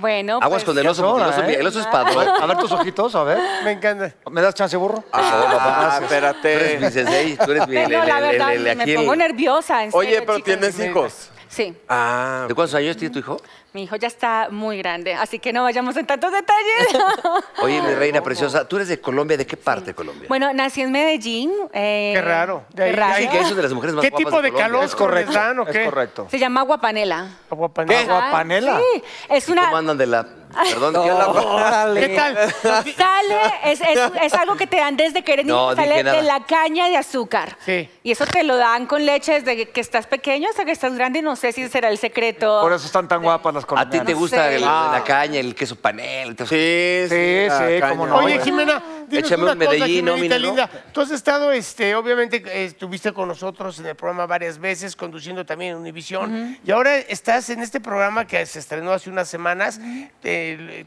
[SPEAKER 8] Bueno,
[SPEAKER 3] Aguas
[SPEAKER 8] pues,
[SPEAKER 3] con el oso, porque el oso,
[SPEAKER 6] ¿eh?
[SPEAKER 3] el oso es
[SPEAKER 6] A ver,
[SPEAKER 3] padrón. Ah,
[SPEAKER 6] a ver tus ojitos, a ver.
[SPEAKER 5] Me encanta.
[SPEAKER 6] ¿Me das chance, burro?
[SPEAKER 7] Ah,
[SPEAKER 3] Tú eres mi
[SPEAKER 7] espérate.
[SPEAKER 3] sensei, tú eres mi...
[SPEAKER 8] pero
[SPEAKER 3] el- el-
[SPEAKER 8] la
[SPEAKER 3] el-
[SPEAKER 8] verdad,
[SPEAKER 3] el- el-
[SPEAKER 8] me
[SPEAKER 3] aquí el-
[SPEAKER 8] pongo nerviosa. en
[SPEAKER 7] Oye,
[SPEAKER 8] serio,
[SPEAKER 7] pero
[SPEAKER 8] chicos.
[SPEAKER 7] tienes hijos.
[SPEAKER 8] Sí,
[SPEAKER 7] Ah,
[SPEAKER 3] ¿De cuántos años tiene tu hijo?
[SPEAKER 8] mi hijo ya está muy grande, así que no vayamos en tantos detalles.
[SPEAKER 3] Oye, mi reina preciosa, tú eres de Colombia, ¿de qué parte de Colombia?
[SPEAKER 8] bueno, nací en Medellín. eh,
[SPEAKER 5] Qué raro. De ahí-
[SPEAKER 8] Qué
[SPEAKER 3] Ay,
[SPEAKER 8] raro.
[SPEAKER 3] que eso es de las mujeres más
[SPEAKER 5] ¿Qué
[SPEAKER 3] guapas
[SPEAKER 5] tipo de
[SPEAKER 3] Colombia.
[SPEAKER 5] calor?
[SPEAKER 6] Es correcto.
[SPEAKER 5] ¿Cómo están o qué?
[SPEAKER 6] Es correcto.
[SPEAKER 8] Se llama Aguapanela.
[SPEAKER 5] Aguapanela.
[SPEAKER 8] Ajá,
[SPEAKER 6] ¿Aguapanela?
[SPEAKER 8] Sí, es una...
[SPEAKER 3] ¿Cómo andan de la...? Perdón, ¿qué la-
[SPEAKER 4] Órale.
[SPEAKER 5] ¿Qué tal?
[SPEAKER 8] Sale, es, es- es algo que te dan desde que eres niño,
[SPEAKER 3] No, dije
[SPEAKER 8] sale
[SPEAKER 3] nada.
[SPEAKER 8] de la caña de azúcar.
[SPEAKER 5] Sí.
[SPEAKER 8] Y eso te lo dan con leche desde que- que estás pequeño hasta que estás grande y no sé si ese será el secreto.
[SPEAKER 6] Por eso están tan guapas las
[SPEAKER 3] ¿A
[SPEAKER 6] colombianas.
[SPEAKER 3] ti te
[SPEAKER 8] No
[SPEAKER 3] gusta
[SPEAKER 8] sé.
[SPEAKER 3] el-
[SPEAKER 8] Ah.
[SPEAKER 3] la caña, el queso panel? todo eso?
[SPEAKER 7] sí,
[SPEAKER 6] Sí,
[SPEAKER 7] ah,
[SPEAKER 6] sí,
[SPEAKER 7] caña.
[SPEAKER 6] cómo no.
[SPEAKER 5] Oye,
[SPEAKER 6] bueno.
[SPEAKER 5] Jimena, dinos
[SPEAKER 3] Échame
[SPEAKER 5] una
[SPEAKER 3] un
[SPEAKER 5] cosa,
[SPEAKER 3] Medellín, ¿no,
[SPEAKER 5] Jimenita
[SPEAKER 3] mi negro?
[SPEAKER 5] linda. Tú has estado, este, obviamente, eh, estuviste con nosotros en el programa varias veces, conduciendo también Univisión. Y ahora estás en este programa que se estrenó hace unas semanas, eh,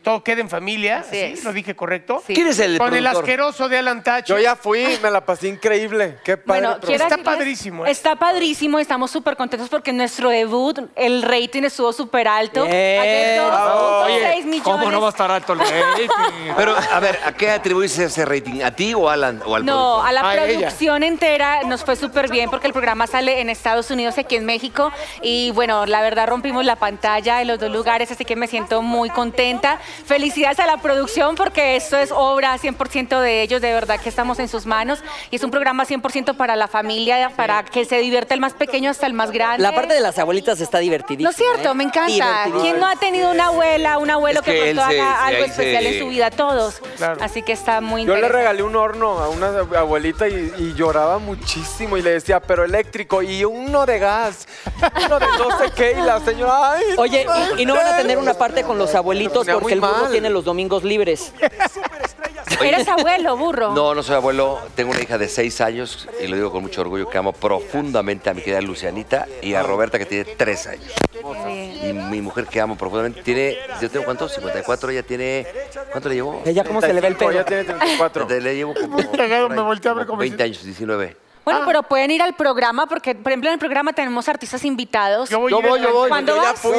[SPEAKER 5] Todo queda en familia,
[SPEAKER 8] Así
[SPEAKER 5] ¿sí?
[SPEAKER 8] es.
[SPEAKER 5] ¿Lo dije correcto?
[SPEAKER 8] Sí.
[SPEAKER 3] ¿Quién es el
[SPEAKER 5] con el
[SPEAKER 3] productor?
[SPEAKER 5] asqueroso de Alan Tacho.
[SPEAKER 7] Yo ya fui, me la pasé increíble. Qué padre.
[SPEAKER 8] Bueno,
[SPEAKER 7] pero-
[SPEAKER 8] quiero
[SPEAKER 5] Está
[SPEAKER 8] decirles-
[SPEAKER 5] padrísimo, ¿eh?
[SPEAKER 8] Está padrísimo, estamos súper contentos porque en nuestro debut, el rating estuvo súper alto.
[SPEAKER 4] Bien.
[SPEAKER 8] Ayer
[SPEAKER 4] Bravo.
[SPEAKER 8] 2.6 millones.
[SPEAKER 6] ¿Cómo no va a estar alto el rating?
[SPEAKER 3] Pero, a ver, ¿a qué atribuís ese rating? ¿A ti o a Alan? O al
[SPEAKER 8] No,
[SPEAKER 3] productor?
[SPEAKER 8] a la
[SPEAKER 5] Ah, ella.
[SPEAKER 8] producción entera nos fue súper bien porque el programa sale en Estados Unidos, aquí en México. Y bueno, la verdad rompimos la pantalla en los dos lugares, así que me siento muy contenta. Felicidades a la producción porque esto es obra 100% de ellos, de verdad que estamos en sus manos. Y es un programa 100% para la familia, para que se divierta el más pequeño hasta el más grande.
[SPEAKER 4] La parte de las abuelitas está divertidísima.
[SPEAKER 8] No es cierto,
[SPEAKER 4] ¿eh?
[SPEAKER 8] me encanta.
[SPEAKER 4] Divertidísima.
[SPEAKER 8] ¿Quién no ha tenido una abuela, un abuelo
[SPEAKER 3] Es
[SPEAKER 8] que,
[SPEAKER 3] que él
[SPEAKER 8] pronto
[SPEAKER 3] se-
[SPEAKER 8] haga
[SPEAKER 3] se-
[SPEAKER 8] algo
[SPEAKER 3] ahí se-
[SPEAKER 8] especial en su vida? Todos.
[SPEAKER 5] Claro.
[SPEAKER 8] Así que está muy
[SPEAKER 7] Yo le
[SPEAKER 8] interesante.
[SPEAKER 7] regalé un horno a una abuelita y, y lloraba muchísimo y le decía, pero eléctrico y uno de gas, uno de no sé qué y la señora, ay.
[SPEAKER 4] Oye, y, y no van a tener una parte con los abuelitos
[SPEAKER 7] Termina
[SPEAKER 4] porque el
[SPEAKER 7] muy
[SPEAKER 4] burro
[SPEAKER 7] mal.
[SPEAKER 4] tiene los domingos libres.
[SPEAKER 8] Eres abuelo, burro.
[SPEAKER 3] No, no soy abuelo. Tengo una hija de seis años y lo digo con mucho orgullo que amo profundamente a mi querida Lucianita y a Roberta que tiene tres años. Y mi mujer que amo profundamente tiene, yo tengo cuántos, 54, ella tiene, ¿cuánto le llevo?
[SPEAKER 4] Ella cómo se le ve el
[SPEAKER 7] 35,
[SPEAKER 4] pelo.
[SPEAKER 7] Ya tiene 34.
[SPEAKER 3] Le llevo como,
[SPEAKER 5] muy cagado,
[SPEAKER 3] por ahí,
[SPEAKER 5] me volteé a ver
[SPEAKER 3] como
[SPEAKER 5] como si-
[SPEAKER 3] 20 años, 19.
[SPEAKER 8] Bueno, pero pueden ir al programa porque, por ejemplo, en el programa tenemos artistas invitados.
[SPEAKER 5] Yo voy,
[SPEAKER 7] Yo voy, yo voy.
[SPEAKER 8] ¿Cuándo
[SPEAKER 7] yo ya
[SPEAKER 8] vas?
[SPEAKER 7] fui.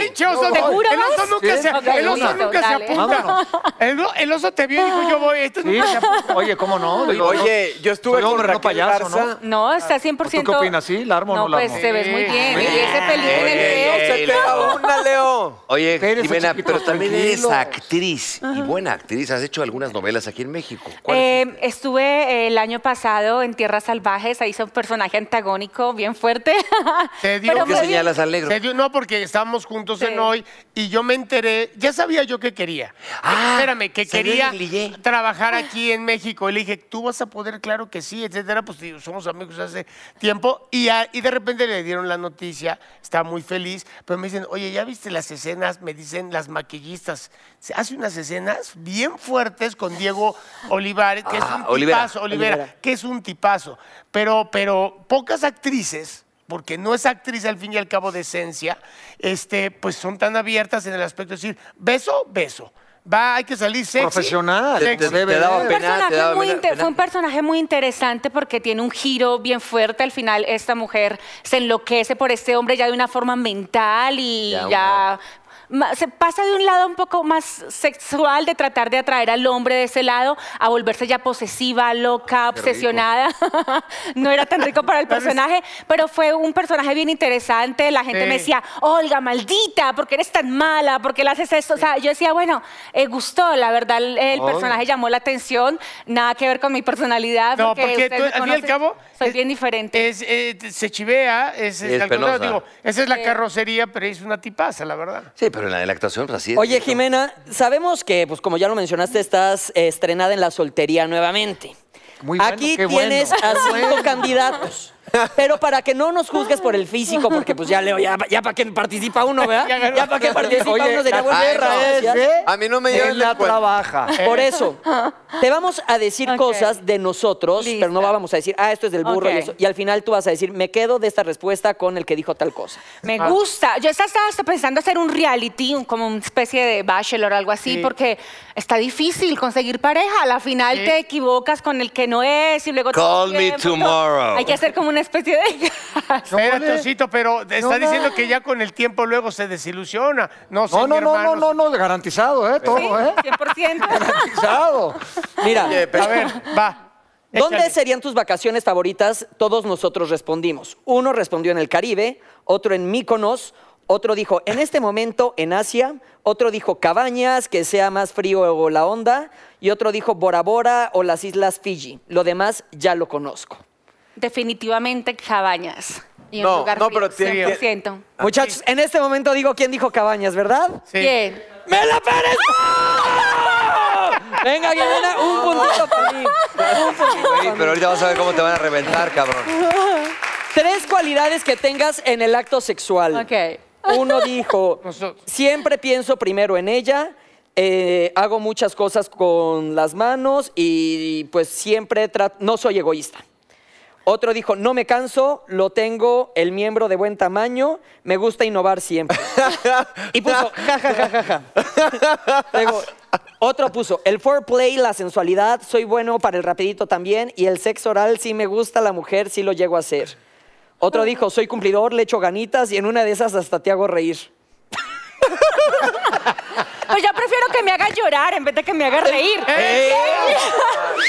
[SPEAKER 5] Pinche oso,
[SPEAKER 8] ¿Te
[SPEAKER 5] no,
[SPEAKER 8] juro,
[SPEAKER 5] el oso
[SPEAKER 8] vas?
[SPEAKER 5] nunca
[SPEAKER 8] Sí.
[SPEAKER 5] se,
[SPEAKER 8] Ok,
[SPEAKER 5] el oso
[SPEAKER 8] listo,
[SPEAKER 5] nunca se
[SPEAKER 8] dale.
[SPEAKER 5] apunta. El, el oso te vio y dijo, yo voy. Este
[SPEAKER 6] Sí,
[SPEAKER 5] nunca se apunta.
[SPEAKER 6] Oye, ¿cómo no? Digo,
[SPEAKER 7] Oye, yo estuve
[SPEAKER 6] soy
[SPEAKER 7] con
[SPEAKER 6] hombre, no
[SPEAKER 7] Raquel
[SPEAKER 6] payaso,
[SPEAKER 7] Garza.
[SPEAKER 6] ¿no?
[SPEAKER 8] No, está 100%.
[SPEAKER 6] ¿Tú qué opinas? ¿Sí? ¿La armo o no la
[SPEAKER 8] pues
[SPEAKER 6] armo?
[SPEAKER 8] te ves muy bien. Y ese pelín en el
[SPEAKER 3] Oye,
[SPEAKER 8] pelo.
[SPEAKER 7] Se te va una, Leo.
[SPEAKER 3] Oye,
[SPEAKER 6] Espérense,
[SPEAKER 3] Jimena,
[SPEAKER 6] chiquitos,
[SPEAKER 3] pero también eres
[SPEAKER 6] tranquilos.
[SPEAKER 3] actriz y buena actriz. Has hecho algunas novelas aquí en México. ¿Cuál
[SPEAKER 8] Eh,
[SPEAKER 3] es?
[SPEAKER 8] estuve el año pasado en Tierras Salvajes, ahí hice un personaje antagónico bien fuerte.
[SPEAKER 5] Te digo
[SPEAKER 8] Pero
[SPEAKER 5] que
[SPEAKER 3] ¿Qué
[SPEAKER 5] señal-
[SPEAKER 8] fue bien.
[SPEAKER 3] señalas al negro?
[SPEAKER 5] Se dio- no, porque estábamos juntos
[SPEAKER 8] Sí.
[SPEAKER 5] en hoy y yo me enteré, ya sabía yo que quería.
[SPEAKER 3] Ah,
[SPEAKER 5] Espérame, que
[SPEAKER 3] salió
[SPEAKER 5] quería
[SPEAKER 3] en el Lille.
[SPEAKER 5] trabajar aquí en México. Y le dije, tú vas a poder, claro que sí, etcétera. Pues digo, somos amigos hace tiempo. Y, a- y de repente le dieron la noticia, está muy feliz. Pero me dicen, oye, ¿ya viste las escenas? Me dicen las maquillistas. Se hace unas escenas bien fuertes con Diego Olivares, que es
[SPEAKER 3] Ah,
[SPEAKER 5] un
[SPEAKER 3] Olivera.
[SPEAKER 5] tipazo, Olivera,
[SPEAKER 4] Olivera.
[SPEAKER 5] que es un tipazo. Pero, pero pocas actrices, porque no es actriz al fin y al cabo de esencia, este, pues son tan abiertas en el aspecto de decir, beso, beso. Va, hay que salir sexy.
[SPEAKER 6] Profesional.
[SPEAKER 5] Sexy.
[SPEAKER 6] Te- te- te daba
[SPEAKER 8] Un
[SPEAKER 6] pena,
[SPEAKER 8] personaje
[SPEAKER 3] daba
[SPEAKER 8] muy
[SPEAKER 3] pena,
[SPEAKER 8] inte-
[SPEAKER 3] pena.
[SPEAKER 8] Fue un personaje muy interesante porque tiene un giro bien fuerte. Al final, esta mujer se enloquece por este hombre ya de una forma mental y
[SPEAKER 3] Ya,
[SPEAKER 8] ya.
[SPEAKER 3] una-
[SPEAKER 8] ma- Se pasa de un lado un poco más sexual de tratar de atraer al hombre de ese lado a volverse ya posesiva, loca,
[SPEAKER 3] Qué rico.
[SPEAKER 8] obsesionada. no era tan rico para el personaje, pero fue un personaje bien interesante. La gente
[SPEAKER 5] Sí.
[SPEAKER 8] me decía, Olga, maldita, ¿por qué eres tan mala? ¿Por qué le haces esto? O sea, yo decía, bueno, eh, gustó, la verdad, el, el
[SPEAKER 6] Obvio.
[SPEAKER 8] personaje llamó la atención, nada que ver con mi personalidad.
[SPEAKER 5] No,
[SPEAKER 8] Ah, porque,
[SPEAKER 5] porque
[SPEAKER 8] ustedes
[SPEAKER 5] tú,
[SPEAKER 8] me
[SPEAKER 5] al fin y al
[SPEAKER 8] conocen,
[SPEAKER 5] cabo.
[SPEAKER 8] Soy
[SPEAKER 5] es-
[SPEAKER 8] bien diferente.
[SPEAKER 5] es, eh, se chivea, es,
[SPEAKER 3] Es
[SPEAKER 5] al contrario,
[SPEAKER 3] penosa.
[SPEAKER 5] digo, esa es la
[SPEAKER 8] Sí.
[SPEAKER 5] carrocería, pero es una tipaza, la verdad.
[SPEAKER 3] Sí, pero en la, en la actuación, pues así es.
[SPEAKER 4] Oye, Jimena, sabemos que, pues como ya lo mencionaste, estás eh, estrenada en la soltería nuevamente.
[SPEAKER 6] Muy bueno,
[SPEAKER 4] Aquí
[SPEAKER 6] qué bueno.
[SPEAKER 4] tienes a cinco candidatos. Pero para que no nos juzgues por el físico, porque pues ya Leo, ya, ya para que participa uno, ¿verdad?
[SPEAKER 5] Ya ganó.
[SPEAKER 4] Ya para que participa uno sería buena
[SPEAKER 7] ay, no,
[SPEAKER 4] gracias.
[SPEAKER 7] A mí no me lleven
[SPEAKER 6] llevan
[SPEAKER 7] de
[SPEAKER 6] ¿eh? la
[SPEAKER 7] cuerda.
[SPEAKER 6] trabaja.
[SPEAKER 4] Por eso, te vamos a decir
[SPEAKER 8] Ok.
[SPEAKER 4] cosas de nosotros,
[SPEAKER 8] Lista.
[SPEAKER 4] pero no vamos a decir, ah, esto es del burro
[SPEAKER 8] Ok.
[SPEAKER 4] y eso. Y al final tú vas a decir, me quedo de esta respuesta con el que dijo tal cosa.
[SPEAKER 5] Ah.
[SPEAKER 8] Me gusta. Yo hasta estaba hasta pensando hacer un reality, un- como una especie de bachelor o algo así,
[SPEAKER 5] Sí.
[SPEAKER 8] porque está difícil conseguir pareja. A la final
[SPEAKER 5] Sí.
[SPEAKER 8] te equivocas con el que no es y luego... te
[SPEAKER 3] Call me
[SPEAKER 8] tiempo.
[SPEAKER 3] tomorrow.
[SPEAKER 8] Hay que hacer como una especie de...
[SPEAKER 5] Espérate, Osito, pero te está
[SPEAKER 6] No,
[SPEAKER 5] diciendo
[SPEAKER 6] no.
[SPEAKER 5] que ya con el tiempo luego se desilusiona. No sé,
[SPEAKER 6] No,
[SPEAKER 5] mi
[SPEAKER 6] no, no,
[SPEAKER 5] hermano,
[SPEAKER 6] no, no, no, garantizado, ¿eh? Todo,
[SPEAKER 8] Sí,
[SPEAKER 6] ¿eh?
[SPEAKER 8] 100%.
[SPEAKER 6] Garantizado.
[SPEAKER 4] Mira,
[SPEAKER 5] A ver, va.
[SPEAKER 4] ¿Dónde
[SPEAKER 5] échale.
[SPEAKER 4] serían tus vacaciones favoritas? Todos nosotros respondimos. Uno respondió en el Caribe, otro en Míconos, otro dijo en este momento en Asia, otro dijo Cabañas, que sea más frío o la onda, y otro dijo Bora Bora o las Islas Fiji. Lo demás ya lo conozco.
[SPEAKER 8] Definitivamente cabañas. Y un
[SPEAKER 7] No,
[SPEAKER 8] lugar
[SPEAKER 7] no,
[SPEAKER 8] frío,
[SPEAKER 7] pero tiene-
[SPEAKER 8] 100%.
[SPEAKER 4] Muchachos, en este momento digo quién dijo Cabañas, ¿verdad?
[SPEAKER 5] Sí.
[SPEAKER 8] Bien.
[SPEAKER 4] ¡Mela Pérez! Venga, Guillermo, un puntito para mí. Un puntito
[SPEAKER 3] Güey,
[SPEAKER 4] para mí.
[SPEAKER 3] pero ahorita vas a ver cómo te van a reventar, cabrón.
[SPEAKER 4] Tres cualidades que tengas en el acto sexual.
[SPEAKER 8] Ok.
[SPEAKER 4] Uno dijo,
[SPEAKER 5] Nosotros.
[SPEAKER 4] siempre pienso primero en ella, eh, hago muchas cosas con las manos y pues siempre tra- no soy egoísta. Otro dijo, no me canso, lo tengo el miembro de buen tamaño, me gusta innovar siempre. y puso, ja, ja, ja, ja, ja. Luego, otro puso, el foreplay, la sensualidad, soy bueno para el rapidito también y el sexo oral sí me gusta, la mujer sí lo llego a hacer. Otro dijo, soy cumplidor, le echo ganitas y en una de esas hasta te hago reír.
[SPEAKER 8] Pues yo prefiero que me haga llorar en vez de que me haga reír. no, en
[SPEAKER 4] Eh,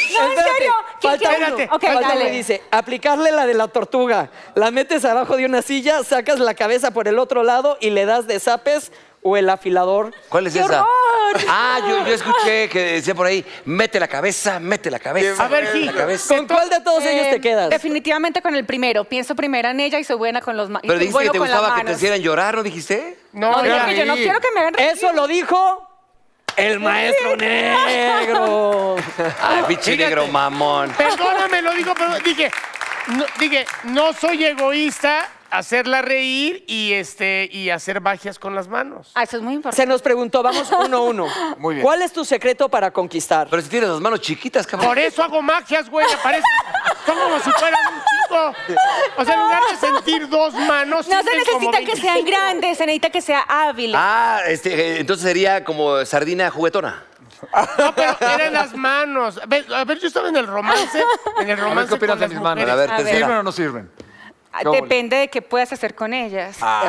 [SPEAKER 4] Espérate,
[SPEAKER 8] serio. ¿Quién-
[SPEAKER 4] falta
[SPEAKER 8] quién?
[SPEAKER 5] uno.
[SPEAKER 8] Ok,
[SPEAKER 4] Falta
[SPEAKER 8] dale.
[SPEAKER 4] uno y dice, aplicarle la de la tortuga. La metes abajo de una silla, sacas la cabeza por el otro lado y le das de zapes o el afilador.
[SPEAKER 3] ¿Cuál es
[SPEAKER 8] ¡Qué
[SPEAKER 3] esa?
[SPEAKER 8] horror!
[SPEAKER 3] Ah, yo, yo escuché que decía por ahí, mete la cabeza, mete la cabeza.
[SPEAKER 5] A ver,
[SPEAKER 3] mete la
[SPEAKER 5] Gil.
[SPEAKER 3] cabeza.
[SPEAKER 4] ¿Con cuál de todos ellos te
[SPEAKER 8] Eh,
[SPEAKER 4] quedas?
[SPEAKER 8] Definitivamente con el primero. Pienso primero en ella y soy buena con los ma- y
[SPEAKER 3] Pero
[SPEAKER 8] soy
[SPEAKER 3] dijiste
[SPEAKER 8] bueno
[SPEAKER 3] que te
[SPEAKER 8] con las
[SPEAKER 3] gustaba que te
[SPEAKER 8] manos.
[SPEAKER 3] hicieran llorar, ¿no dijiste?
[SPEAKER 5] No,
[SPEAKER 8] No,
[SPEAKER 5] ya.
[SPEAKER 8] dije que yo no
[SPEAKER 6] reír.
[SPEAKER 8] quiero que me hagan reír.
[SPEAKER 4] Eso lo dijo el maestro negro.
[SPEAKER 3] Ay, pinche
[SPEAKER 5] Fíjate.
[SPEAKER 3] negro mamón.
[SPEAKER 5] Perdóname, lo digo, pero dije, no, dije, no soy egoísta, hacerla reír y este y hacer magias con las manos.
[SPEAKER 8] Ah, eso es muy
[SPEAKER 4] Se
[SPEAKER 8] importante.
[SPEAKER 4] nos preguntó, vamos uno a uno.
[SPEAKER 6] Muy bien.
[SPEAKER 4] ¿Cuál es tu secreto para conquistar?
[SPEAKER 3] Pero si tienes las manos chiquitas, cabrón.
[SPEAKER 5] Por eso hago magias, güey, aparecen. Son como si fueran un chico. O sea, en lugar de sentir dos manos,
[SPEAKER 8] No se
[SPEAKER 5] sienten como
[SPEAKER 8] necesita que
[SPEAKER 5] 20.
[SPEAKER 8] sean grandes, se necesita que sea hábil.
[SPEAKER 3] Ah, este, eh, entonces sería como sardina juguetona.
[SPEAKER 5] No, pero eran las manos. A ver, a ver, yo estaba en el romance. En el
[SPEAKER 6] A ver
[SPEAKER 5] romance
[SPEAKER 6] qué opinas
[SPEAKER 5] con
[SPEAKER 6] de
[SPEAKER 5] pues, las
[SPEAKER 6] mis manos.
[SPEAKER 5] mujeres.
[SPEAKER 3] A ver, A ver. tercera.
[SPEAKER 6] ¿Sirven o no sirven?
[SPEAKER 8] Ah,
[SPEAKER 6] ¿Cómo le-
[SPEAKER 8] Depende de qué puedas hacer con ellas.
[SPEAKER 3] Ah.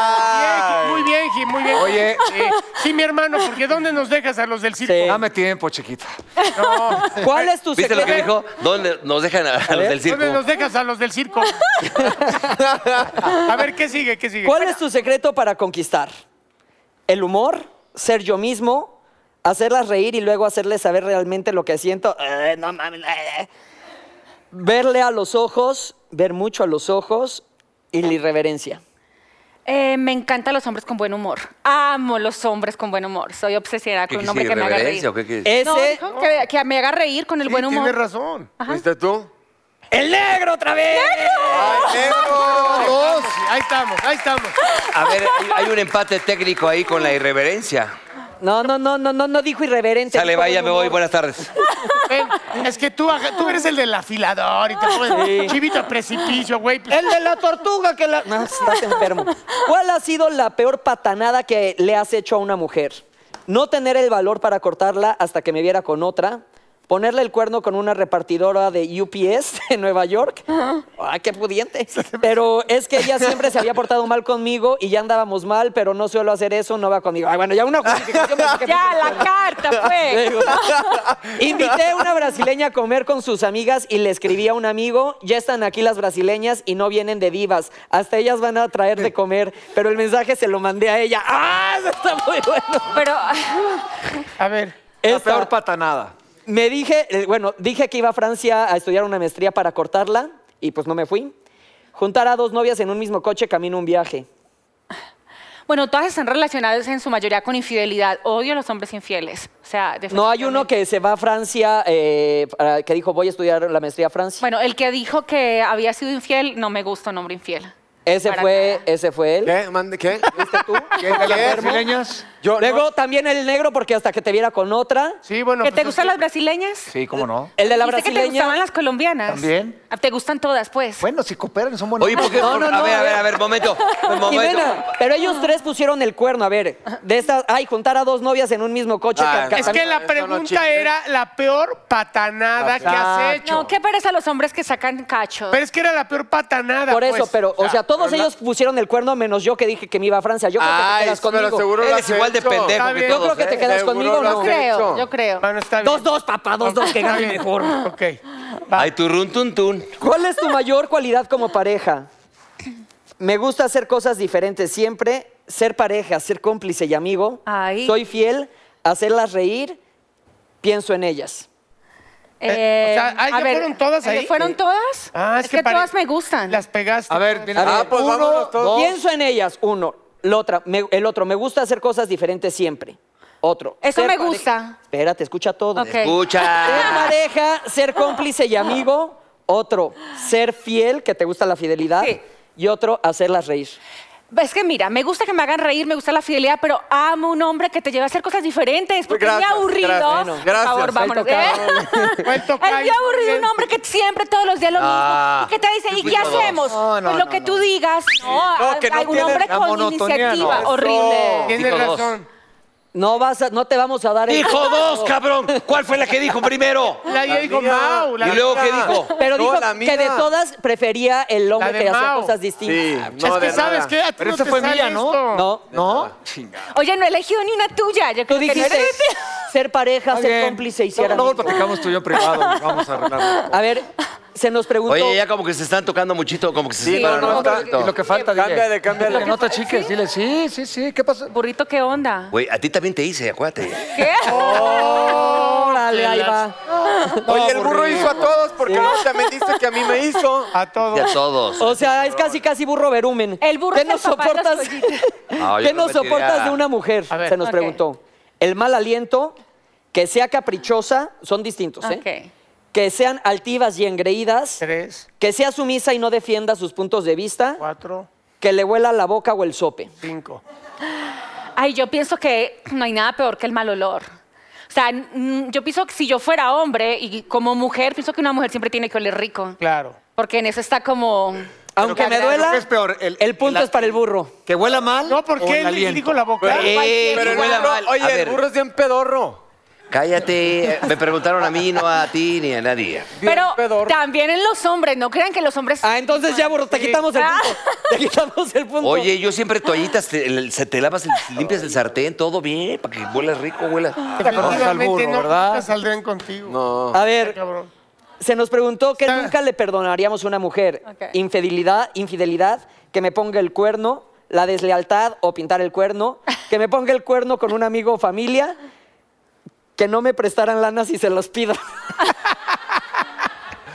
[SPEAKER 8] Ah.
[SPEAKER 5] Bien, Gil, muy bien, Gil, muy bien.
[SPEAKER 6] Oye.
[SPEAKER 5] Eh, sí, mi hermano, porque ¿dónde nos dejas a los del circo?
[SPEAKER 4] Sí.
[SPEAKER 6] Dame tiempo, chiquita.
[SPEAKER 5] No.
[SPEAKER 4] ¿Cuál es tu
[SPEAKER 3] ¿Viste lo
[SPEAKER 4] secreto?
[SPEAKER 3] que dijo? ¿Dónde nos dejan a, a los del circo?
[SPEAKER 5] ¿Dónde nos dejas a los del circo? a ver, ¿qué sigue? ¿Qué sigue?
[SPEAKER 4] ¿Cuál es tu secreto para conquistar? ¿El humor? ¿Ser yo mismo? ¿Hacerlas reír y luego hacerles saber realmente lo que siento? Eh, no mames. eh. Verle a los ojos, ver mucho a los ojos y la irreverencia.
[SPEAKER 8] Eh, me encantan los hombres con buen humor. Amo los hombres con buen humor. Soy obsesionada
[SPEAKER 3] ¿Qué
[SPEAKER 8] con un
[SPEAKER 3] quisiste,
[SPEAKER 8] hombre que me haga reír. Eh.
[SPEAKER 3] irreverencia o qué quieres?
[SPEAKER 4] Ese.
[SPEAKER 8] No, dijo que, que me haga reír con el
[SPEAKER 5] Sí,
[SPEAKER 8] buen humor.
[SPEAKER 5] Tienes razón.
[SPEAKER 7] ¿Viste tú?
[SPEAKER 4] ¡El negro otra vez!
[SPEAKER 5] Dos. Ahí estamos, ahí estamos.
[SPEAKER 3] A ver, hay- hay un empate técnico ahí con la irreverencia.
[SPEAKER 4] No, no, no, no, no, no dijo irreverente.
[SPEAKER 3] Sale,
[SPEAKER 4] dijo
[SPEAKER 3] vaya,
[SPEAKER 4] buen
[SPEAKER 3] me voy,
[SPEAKER 4] humor.
[SPEAKER 3] buenas tardes.
[SPEAKER 5] Ven, es que tú, haga- tú eres el del afilador y te pones chivito a precipicio, güey. Pues,
[SPEAKER 4] El de la tortuga que la. No, estás enfermo. ¿Cuál ha sido la peor patanada que le has hecho a una mujer? No tener el valor para cortarla hasta que me viera con otra. Ponerle el cuerno con una repartidora de UPS en Nueva York. ¡Ay, qué pudiente! Pero es que ella siempre se había portado mal conmigo y ya andábamos mal, pero no suelo hacer eso, no va conmigo. Ay, bueno, ya una justificación. me dice que
[SPEAKER 8] Ya,
[SPEAKER 4] puse el
[SPEAKER 8] la
[SPEAKER 4] cuerno.
[SPEAKER 8] carta, pues.
[SPEAKER 4] Digo, Invité a una brasileña a comer con sus amigas y le escribí a un amigo, ya están aquí las brasileñas y no vienen de divas, hasta ellas van a traer de comer, pero el mensaje se lo mandé a ella. ¡Ah! Eso está muy bueno.
[SPEAKER 8] Pero
[SPEAKER 5] a ver.
[SPEAKER 6] La
[SPEAKER 4] Esta-
[SPEAKER 6] peor patanada.
[SPEAKER 4] me dije, eh, bueno, dije que iba a Francia a estudiar una maestría para cortarla y pues no me fui. Juntar a dos novias en un mismo coche camino un viaje.
[SPEAKER 8] bueno, todas están relacionadas en su mayoría con infidelidad. Odio a los hombres infieles. O sea,
[SPEAKER 4] No hay uno
[SPEAKER 8] definitivamente.
[SPEAKER 4] que se va a Francia, eh, para- que dijo voy a estudiar la maestría a Francia.
[SPEAKER 8] Bueno, el que dijo que había sido infiel, no me gusta un hombre infiel.
[SPEAKER 4] ese
[SPEAKER 8] para
[SPEAKER 4] fue, eh,
[SPEAKER 8] nada.
[SPEAKER 4] ese fue él.
[SPEAKER 7] ¿Qué? ¿Mande qué?
[SPEAKER 4] ¿Fuiste tú?
[SPEAKER 6] ¿Qué de las brasileñas?
[SPEAKER 7] Yo,
[SPEAKER 4] Luego
[SPEAKER 7] no.
[SPEAKER 4] también el negro, porque hasta que te viera con otra.
[SPEAKER 5] Sí, bueno.
[SPEAKER 8] ¿Que
[SPEAKER 5] pues
[SPEAKER 8] te
[SPEAKER 5] es
[SPEAKER 8] gustan
[SPEAKER 5] que-
[SPEAKER 8] las brasileñas?
[SPEAKER 6] Sí, cómo no.
[SPEAKER 4] El de la
[SPEAKER 8] Dijiste que te gustaban
[SPEAKER 4] brasileña.
[SPEAKER 8] las colombianas.
[SPEAKER 6] También.
[SPEAKER 8] Ah, Te gustan todas, pues.
[SPEAKER 6] Bueno, si cooperan, son buenos.
[SPEAKER 3] Oye, ¿por qué?
[SPEAKER 4] No, no,
[SPEAKER 3] a
[SPEAKER 4] no,
[SPEAKER 3] ver,
[SPEAKER 4] a
[SPEAKER 3] a ver,
[SPEAKER 4] ver.
[SPEAKER 3] a ver, momento. un momento.
[SPEAKER 4] Jimena, pero ellos tres pusieron el cuerno, a ver. De estas, ay, juntar a dos novias en un mismo coche.
[SPEAKER 7] Ah,
[SPEAKER 4] ca- ca-
[SPEAKER 5] Es que
[SPEAKER 4] cami-
[SPEAKER 5] la
[SPEAKER 7] Eso no
[SPEAKER 5] pregunta
[SPEAKER 7] chiste.
[SPEAKER 5] era la peor patanada que has hecho.
[SPEAKER 8] Ah, no, qué pereza los hombres que sacan cacho.
[SPEAKER 5] Pero es que era la peor patanada.
[SPEAKER 4] Por eso,
[SPEAKER 5] pues.
[SPEAKER 4] pero, o sea, todos
[SPEAKER 7] pero la-
[SPEAKER 4] ellos pusieron el cuerno, menos yo que dije que me iba a Francia. Yo creo que te
[SPEAKER 7] Ay,
[SPEAKER 4] quedas
[SPEAKER 7] pero
[SPEAKER 4] conmigo.
[SPEAKER 7] seguro lo
[SPEAKER 3] Eres
[SPEAKER 7] has
[SPEAKER 3] igual de
[SPEAKER 7] hecho.
[SPEAKER 3] pendejo
[SPEAKER 5] Está
[SPEAKER 3] que
[SPEAKER 5] bien.
[SPEAKER 4] yo creo
[SPEAKER 3] todos,
[SPEAKER 4] que te
[SPEAKER 3] ¿eh?
[SPEAKER 4] quedas
[SPEAKER 7] Seguro
[SPEAKER 4] conmigo,
[SPEAKER 7] lo
[SPEAKER 4] ¿no?
[SPEAKER 8] yo creo,
[SPEAKER 7] hecho.
[SPEAKER 8] yo creo.
[SPEAKER 5] Bueno, está bien.
[SPEAKER 4] Dos, dos, papá, dos, dos, que
[SPEAKER 5] Está
[SPEAKER 4] gane
[SPEAKER 5] bien.
[SPEAKER 4] mejor.
[SPEAKER 5] Ok. Eh, Va.
[SPEAKER 3] Ay, turrun, tun, tun.
[SPEAKER 4] ¿Cuál es tu mayor cualidad como pareja? Me gusta hacer cosas diferentes siempre, ser pareja, ser cómplice y amigo.
[SPEAKER 8] Ay.
[SPEAKER 4] Soy fiel, hacerlas reír, pienso en ellas.
[SPEAKER 5] Eh, o sea, ah, ya fueron todas
[SPEAKER 8] ¿eh,
[SPEAKER 5] ahí.
[SPEAKER 8] ¿Fueron todas?
[SPEAKER 5] Ah,
[SPEAKER 8] es, que,
[SPEAKER 5] pare-
[SPEAKER 8] todas me gustan.
[SPEAKER 5] Las pegaste.
[SPEAKER 6] A ver, mira,
[SPEAKER 4] A
[SPEAKER 7] Ah,
[SPEAKER 4] ver,
[SPEAKER 7] pues vámonos todos.
[SPEAKER 4] Pienso en ellas, uno. La otra, me- el otro, me gusta hacer cosas diferentes siempre. Otro.
[SPEAKER 8] Eso
[SPEAKER 4] ser
[SPEAKER 8] me
[SPEAKER 4] pare-
[SPEAKER 8] gusta.
[SPEAKER 4] Espérate, escucha todo.
[SPEAKER 8] Ok.
[SPEAKER 4] Ser
[SPEAKER 3] Escucha.
[SPEAKER 4] pareja, ser cómplice y amigo. Otro, ser fiel, que te gusta la fidelidad.
[SPEAKER 8] Sí.
[SPEAKER 4] Y otro, hacerlas reír.
[SPEAKER 8] Es que mira, me gusta que me hagan reír, me gusta la fidelidad, pero amo un hombre que te lleve a hacer cosas diferentes, porque es
[SPEAKER 7] Gracias,
[SPEAKER 8] muy aburrido.
[SPEAKER 7] gracias. Bueno, gracias.
[SPEAKER 8] Por favor,
[SPEAKER 7] Ahí
[SPEAKER 8] vámonos.
[SPEAKER 4] tocaba.
[SPEAKER 8] ¿eh?
[SPEAKER 5] Ahí tocaba.
[SPEAKER 8] es muy aburrido un hombre que siempre, todos los días lo mismo,
[SPEAKER 7] Ah.
[SPEAKER 8] y que te dice,
[SPEAKER 3] Yo
[SPEAKER 8] ¿y
[SPEAKER 3] fui
[SPEAKER 8] qué
[SPEAKER 3] todo.
[SPEAKER 8] hacemos?
[SPEAKER 6] No, no,
[SPEAKER 8] pues lo
[SPEAKER 6] no,
[SPEAKER 8] que
[SPEAKER 6] no.
[SPEAKER 8] tú digas, no,
[SPEAKER 7] No, que no
[SPEAKER 8] hay un
[SPEAKER 7] tiene
[SPEAKER 8] hombre
[SPEAKER 6] la
[SPEAKER 8] con
[SPEAKER 6] monotonía,
[SPEAKER 8] iniciativa,
[SPEAKER 6] no.
[SPEAKER 8] horrible.
[SPEAKER 5] Tienes
[SPEAKER 3] Dijo dos.
[SPEAKER 5] razón.
[SPEAKER 4] No, vas a- no te vamos a dar el...
[SPEAKER 3] Dijo dos, cabrón. ¿Cuál fue la que dijo primero?
[SPEAKER 5] La, ya dijo
[SPEAKER 7] mía.
[SPEAKER 5] Mau. La,
[SPEAKER 3] ¿Y luego qué dijo?
[SPEAKER 4] Pero
[SPEAKER 7] Ah. No,
[SPEAKER 4] dijo
[SPEAKER 7] la mía.
[SPEAKER 4] que de todas prefería el hombre
[SPEAKER 5] La de
[SPEAKER 4] que hacía
[SPEAKER 5] Mao.
[SPEAKER 4] cosas
[SPEAKER 7] Sí,
[SPEAKER 4] distintas.
[SPEAKER 7] no,
[SPEAKER 5] es que
[SPEAKER 7] de
[SPEAKER 5] sabes
[SPEAKER 7] nada.
[SPEAKER 5] que a ti
[SPEAKER 6] Pero
[SPEAKER 5] no
[SPEAKER 6] esa
[SPEAKER 5] te
[SPEAKER 6] fue
[SPEAKER 5] sale
[SPEAKER 6] mía, ¿no?
[SPEAKER 5] esto.
[SPEAKER 4] No,
[SPEAKER 6] ¿No?
[SPEAKER 8] Oye, no he elegido ni una tuya. Yo
[SPEAKER 4] tú
[SPEAKER 8] creo que no
[SPEAKER 4] dijiste
[SPEAKER 8] eres-
[SPEAKER 4] ser pareja,
[SPEAKER 6] Está
[SPEAKER 4] ser
[SPEAKER 6] bien.
[SPEAKER 4] cómplice y ser
[SPEAKER 6] Luego
[SPEAKER 4] amigo.
[SPEAKER 6] platicamos tú y yo en privado. Vamos a arreglarlo.
[SPEAKER 4] A ver, se nos preguntó...
[SPEAKER 3] Oye, ya como que se están tocando muchito, como que se
[SPEAKER 7] Sí,
[SPEAKER 3] separan
[SPEAKER 7] no,
[SPEAKER 3] un
[SPEAKER 7] no,
[SPEAKER 3] poquito.
[SPEAKER 6] Y lo que falta, dile.
[SPEAKER 7] Cámbiale, cámbiale.
[SPEAKER 6] Dile que no te achiques. Dile, sí, sí, sí. ¿Qué pasó?
[SPEAKER 8] Burrito, ¿qué onda?
[SPEAKER 3] Güey, a ti también te hice, acuérdate.
[SPEAKER 8] ¿Qué?
[SPEAKER 4] Órale, ahí va.
[SPEAKER 7] Oye, el burro hizo a todos porque luego también dice que a mí me hizo.
[SPEAKER 5] A
[SPEAKER 3] Y
[SPEAKER 5] todos.
[SPEAKER 3] a todos.
[SPEAKER 4] O sea, es casi casi burro verumen.
[SPEAKER 8] El burro
[SPEAKER 4] ¿Qué
[SPEAKER 8] es el
[SPEAKER 4] nos
[SPEAKER 8] papá de los
[SPEAKER 4] soportas?
[SPEAKER 8] pollitos.
[SPEAKER 3] No, yo
[SPEAKER 4] ¿Qué
[SPEAKER 3] no
[SPEAKER 4] nos
[SPEAKER 3] me tiraría.
[SPEAKER 4] soportas de una mujer?
[SPEAKER 5] A ver.
[SPEAKER 4] Se nos
[SPEAKER 8] Ok.
[SPEAKER 4] preguntó. El mal aliento, que sea caprichosa, son distintos, ¿eh?
[SPEAKER 8] Ok.
[SPEAKER 4] Que sean altivas y engreídas,
[SPEAKER 5] Tres,
[SPEAKER 4] que sea sumisa y no defienda sus puntos de vista,
[SPEAKER 5] cuatro,
[SPEAKER 4] que le huela la boca o el sope.
[SPEAKER 5] cinco.
[SPEAKER 8] Ay, yo pienso que no hay nada peor que el mal olor. O sea, mm, yo pienso que si yo fuera hombre y como mujer, pienso que una mujer siempre tiene que oler rico.
[SPEAKER 5] Claro.
[SPEAKER 8] Porque en eso está como...
[SPEAKER 4] Aunque me
[SPEAKER 6] Pero
[SPEAKER 4] duela,
[SPEAKER 6] ¿qué es peor? El-
[SPEAKER 4] el punto
[SPEAKER 6] la-
[SPEAKER 4] es para el burro.
[SPEAKER 6] ¿Que huela mal?
[SPEAKER 5] No, ¿por
[SPEAKER 6] o
[SPEAKER 5] qué
[SPEAKER 6] el
[SPEAKER 5] él le
[SPEAKER 6] aliento?
[SPEAKER 5] dijo la boca?
[SPEAKER 4] Eh,
[SPEAKER 7] Pero el
[SPEAKER 4] huela
[SPEAKER 7] burro,
[SPEAKER 4] mal.
[SPEAKER 3] A
[SPEAKER 7] oye,
[SPEAKER 3] ver.
[SPEAKER 7] el burro es bien pedorro.
[SPEAKER 3] Cállate, eh, me preguntaron a mí, no a ti ni a nadie.
[SPEAKER 7] Bien
[SPEAKER 8] Pero
[SPEAKER 7] pedorro.
[SPEAKER 8] también en los hombres, no crean que los hombres.
[SPEAKER 4] Ah, entonces ya, burro, te quitamos el
[SPEAKER 8] Ah.
[SPEAKER 4] punto. Te quitamos el punto.
[SPEAKER 3] Oye, yo siempre toallitas, te, el- se te lavas, el- limpias el sartén, todo bien, para que huelas rico, huelas.
[SPEAKER 5] Definitivamente
[SPEAKER 6] al burro,
[SPEAKER 5] no,
[SPEAKER 6] ¿verdad?
[SPEAKER 5] nunca saldrían contigo.
[SPEAKER 7] No.
[SPEAKER 4] a ver,
[SPEAKER 5] Cabrón.
[SPEAKER 4] se nos preguntó que
[SPEAKER 5] Está-
[SPEAKER 4] nunca le perdonaríamos a una mujer.
[SPEAKER 8] Ah. Ok.
[SPEAKER 4] Infidelidad, infidelidad, que me ponga el cuerno, la deslealtad o pintar el cuerno, que me ponga el cuerno con un amigo o familia, que no me prestaran lanas y se los pido.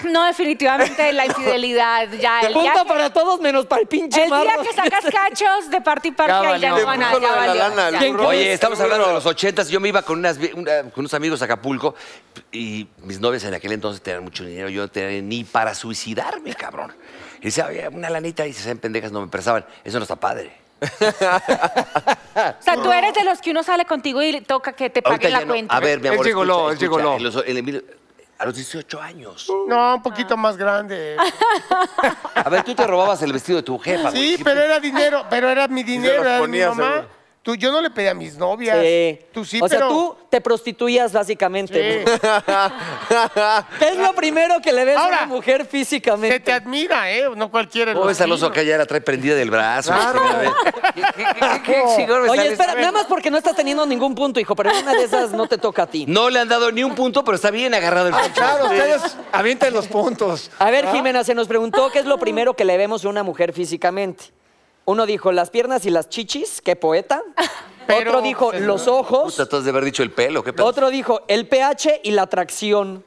[SPEAKER 8] No, definitivamente la infidelidad. Ya, Ah, el día,
[SPEAKER 4] Punto
[SPEAKER 8] que-
[SPEAKER 4] para todos menos para el pinche
[SPEAKER 8] el día
[SPEAKER 4] marro.
[SPEAKER 8] que sacas cachos de parte y parte,
[SPEAKER 6] Ya
[SPEAKER 8] ahí ya
[SPEAKER 6] valió.
[SPEAKER 8] no van a.
[SPEAKER 7] Puso lo
[SPEAKER 8] Ya
[SPEAKER 7] de la
[SPEAKER 8] valió.
[SPEAKER 7] lana, el
[SPEAKER 8] Ya.
[SPEAKER 4] ¿Quién-
[SPEAKER 3] Oye, estamos hablando de los ochentas. Yo me iba con, unas, vi- una- con unos amigos a Acapulco y mis novias en aquel entonces tenían mucho dinero. Yo no tenía ni para suicidarme, cabrón. Y decía, "Oye, una lanita y se hacían pendejas, no me prestaban. Eso no está padre.
[SPEAKER 8] O sea, tú eres de los que uno sale contigo y le toca que te
[SPEAKER 3] Ahorita
[SPEAKER 8] paguen
[SPEAKER 3] ya
[SPEAKER 8] la
[SPEAKER 3] no.
[SPEAKER 8] cuenta.
[SPEAKER 3] A ver, mi
[SPEAKER 6] Es
[SPEAKER 3] amor,
[SPEAKER 6] gigoló,
[SPEAKER 3] escucha,
[SPEAKER 6] es
[SPEAKER 3] escucha.
[SPEAKER 6] gigoló.
[SPEAKER 3] En los- en el mil- a los 18 años.
[SPEAKER 5] No, un
[SPEAKER 8] Ah.
[SPEAKER 5] poquito más grande.
[SPEAKER 3] A ver, tú te robabas el vestido de tu jefa. güey.
[SPEAKER 5] Sí, pero era dinero, pero era mi dinero,
[SPEAKER 7] los
[SPEAKER 5] era de
[SPEAKER 7] ponía,
[SPEAKER 5] mi mamá.
[SPEAKER 7] seguro.
[SPEAKER 5] Tú, yo no le pedí a mis novias.
[SPEAKER 4] Sí.
[SPEAKER 5] Tú sí,
[SPEAKER 4] o sea,
[SPEAKER 5] pero... eh,
[SPEAKER 4] tú te prostituías básicamente.
[SPEAKER 5] Sí.
[SPEAKER 4] ¿Qué es lo primero que le ves
[SPEAKER 5] Ahora,
[SPEAKER 4] a una mujer
[SPEAKER 5] Se te
[SPEAKER 4] físicamente?
[SPEAKER 5] admira, ¿eh? No cualquiera.
[SPEAKER 3] ¿Cómo ves al oso acá ya la trae prendida del brazo? ¿Qué, qué, qué- qué- qué chingón me
[SPEAKER 4] Oye,
[SPEAKER 3] sale
[SPEAKER 4] espera,
[SPEAKER 3] esto?
[SPEAKER 4] nada más porque no estás teniendo ningún punto, hijo, pero una de esas no te toca a ti.
[SPEAKER 3] No le han dado ni un punto, pero está bien agarrado el punto.
[SPEAKER 6] Claro, ustedes avienten los puntos.
[SPEAKER 4] A ver,
[SPEAKER 5] ¿Ah?
[SPEAKER 4] Jimena, se nos preguntó qué es lo primero que le vemos a una mujer físicamente. Uno dijo las piernas y las chichis, qué poeta.
[SPEAKER 5] Pero,
[SPEAKER 4] Otro dijo
[SPEAKER 5] señor.
[SPEAKER 4] los ojos.
[SPEAKER 3] Puta, tú has de haber dicho el pelo. ¿qué pedo?
[SPEAKER 4] Otro dijo el pH y la atracción.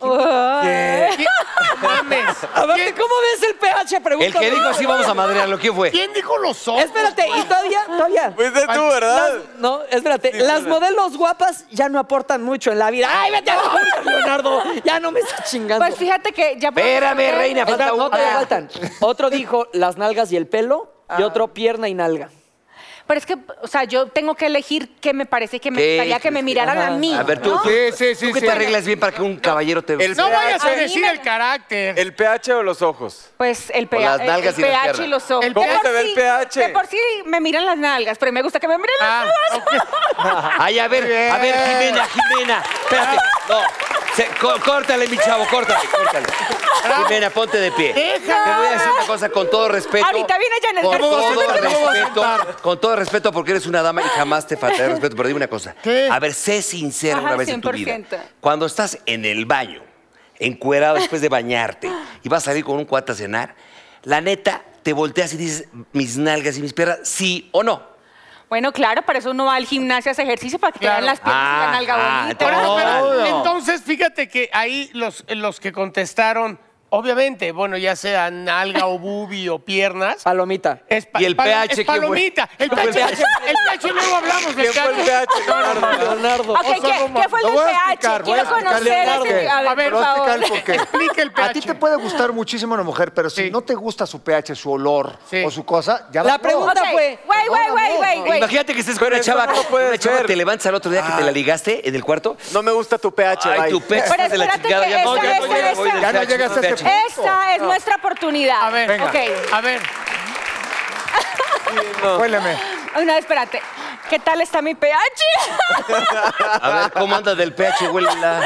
[SPEAKER 5] Mames.
[SPEAKER 4] A ver, ¿cómo ves el pH? Pregunta.
[SPEAKER 3] El que dijo así vamos a madrearlo, ¿quién fue?
[SPEAKER 5] ¿Quién dijo los ojos?
[SPEAKER 4] Espérate, y todavía, todavía.
[SPEAKER 5] Pues
[SPEAKER 7] Fuiste tú, ¿verdad?
[SPEAKER 4] Las- no, espérate. las modelos guapas ya no aportan mucho en la vida. ¡Ay, vete a la verga, Leonardo! Ya no me estás chingando.
[SPEAKER 8] Pues fíjate que ya.
[SPEAKER 3] Espérame, reina,
[SPEAKER 4] Espera,
[SPEAKER 3] falta
[SPEAKER 4] no te
[SPEAKER 3] una.
[SPEAKER 4] faltan. Otro dijo las nalgas y el pelo, y otro pierna y nalga.
[SPEAKER 8] Pero es que, o sea, yo tengo que elegir qué me parece que me
[SPEAKER 3] ¿Qué?
[SPEAKER 8] gustaría que me miraran a mí.
[SPEAKER 3] A ver, tú,
[SPEAKER 8] ¿no?
[SPEAKER 3] tú,
[SPEAKER 6] Sí, sí, sí.
[SPEAKER 3] ¿tú que
[SPEAKER 6] sí.
[SPEAKER 3] te arreglas bien para que un caballero te...
[SPEAKER 7] El-
[SPEAKER 5] No vayas a
[SPEAKER 8] A mí
[SPEAKER 5] decir
[SPEAKER 8] me-
[SPEAKER 5] el carácter.
[SPEAKER 7] ¿El pH o los ojos?
[SPEAKER 8] Pues el,
[SPEAKER 3] Con
[SPEAKER 8] pH,
[SPEAKER 3] las nalgas
[SPEAKER 8] el
[SPEAKER 3] y las
[SPEAKER 8] pH
[SPEAKER 3] piernas.
[SPEAKER 8] y los ojos.
[SPEAKER 5] El
[SPEAKER 8] De
[SPEAKER 7] ¿Cómo
[SPEAKER 8] por
[SPEAKER 7] se ve el
[SPEAKER 8] sí-
[SPEAKER 7] pH?
[SPEAKER 8] De por sí me miran las nalgas, pero me gusta que me miren las
[SPEAKER 5] Ah,
[SPEAKER 8] nalgas.
[SPEAKER 3] Ay, a ver, a ver, Jimena, Jimena. Espérate, no. Se- có- córtale, mi chavo, córtale, córtale. Jimena, ponte de pie. Te voy a decir una cosa con todo respeto.
[SPEAKER 8] Ahorita viene Janet
[SPEAKER 3] Con
[SPEAKER 8] García.
[SPEAKER 3] todo
[SPEAKER 8] ¿Cómo vas a
[SPEAKER 3] respeto, con todo respeto, porque eres una dama y jamás te faltaré respeto. Pero dime una cosa. A ver, sé sincera
[SPEAKER 8] Ajá,
[SPEAKER 3] una vez en tu vida.
[SPEAKER 8] 100%.
[SPEAKER 3] Cuando estás en el baño, encuerado después de bañarte, y vas a salir con un cuate a cenar, la neta, te volteas y dices, mis nalgas y mis piernas, sí o no.
[SPEAKER 8] Bueno, claro, para eso uno va al gimnasio, hace ejercicio para que te
[SPEAKER 5] Claro.
[SPEAKER 8] vean las piernas y la
[SPEAKER 3] Ah,
[SPEAKER 8] nalga
[SPEAKER 3] ah,
[SPEAKER 8] bonita.
[SPEAKER 5] Por eso, pero
[SPEAKER 3] Claro.
[SPEAKER 5] entonces, fíjate que ahí los, los que contestaron, obviamente, bueno, ya sea nalga o bubi o piernas.
[SPEAKER 4] Palomita.
[SPEAKER 5] es pa-
[SPEAKER 3] ¿Y el
[SPEAKER 5] palo-
[SPEAKER 3] pH
[SPEAKER 5] es
[SPEAKER 3] qué fue?
[SPEAKER 5] palomita. El
[SPEAKER 4] fue el
[SPEAKER 5] pH,
[SPEAKER 4] pH?
[SPEAKER 5] el pH luego hablamos del
[SPEAKER 7] ¿Quién fue el
[SPEAKER 5] pH.
[SPEAKER 7] pH? Leonardo?
[SPEAKER 4] Leonardo.
[SPEAKER 8] Ok, ¿qué, qué fue el
[SPEAKER 6] Lo
[SPEAKER 8] del
[SPEAKER 6] voy a
[SPEAKER 8] pH?
[SPEAKER 6] explicar, voy a
[SPEAKER 8] Quiero conocer
[SPEAKER 6] explicarle
[SPEAKER 8] ese...
[SPEAKER 6] algo.
[SPEAKER 8] A ver,
[SPEAKER 6] Te
[SPEAKER 8] por
[SPEAKER 6] voy a
[SPEAKER 8] favor.
[SPEAKER 6] explicar el porqué.
[SPEAKER 5] Explica el
[SPEAKER 6] A ti
[SPEAKER 5] pH.
[SPEAKER 6] te puede gustar muchísimo una mujer, pero
[SPEAKER 5] Sí.
[SPEAKER 6] si no te gusta su pH, su olor
[SPEAKER 5] Sí.
[SPEAKER 6] o su cosa, ya
[SPEAKER 4] La
[SPEAKER 6] valió.
[SPEAKER 4] pregunta
[SPEAKER 8] Ok,
[SPEAKER 4] fue-
[SPEAKER 8] Güey, güey, güey, güey, güey.
[SPEAKER 3] Imagínate que estés con
[SPEAKER 7] Pero
[SPEAKER 3] una
[SPEAKER 7] eso
[SPEAKER 3] chava,
[SPEAKER 7] no lo puedes
[SPEAKER 3] una chava
[SPEAKER 7] ver.
[SPEAKER 3] te levantas al otro día
[SPEAKER 6] Ah.
[SPEAKER 3] que te la ligaste en el cuarto.
[SPEAKER 7] No me gusta tu pH,
[SPEAKER 3] Ay,
[SPEAKER 7] bye.
[SPEAKER 3] tu pecho
[SPEAKER 8] Pero
[SPEAKER 3] estás de la
[SPEAKER 8] espérate
[SPEAKER 3] chingada.
[SPEAKER 8] que
[SPEAKER 3] Ya no,
[SPEAKER 8] esa,
[SPEAKER 3] ya no,
[SPEAKER 8] esa,
[SPEAKER 3] ya no voy
[SPEAKER 8] esa.
[SPEAKER 3] del
[SPEAKER 6] Ya no
[SPEAKER 3] pH,
[SPEAKER 6] llegas a ese
[SPEAKER 3] pH.
[SPEAKER 6] punto.
[SPEAKER 8] Esta es nuestra oportunidad.
[SPEAKER 5] A ver,
[SPEAKER 8] Ok.
[SPEAKER 5] a ver.
[SPEAKER 6] Huéleme.
[SPEAKER 8] No, espérate. ¿Qué tal está mi pH?
[SPEAKER 3] A ver, ¿cómo andas del pH, güey? La-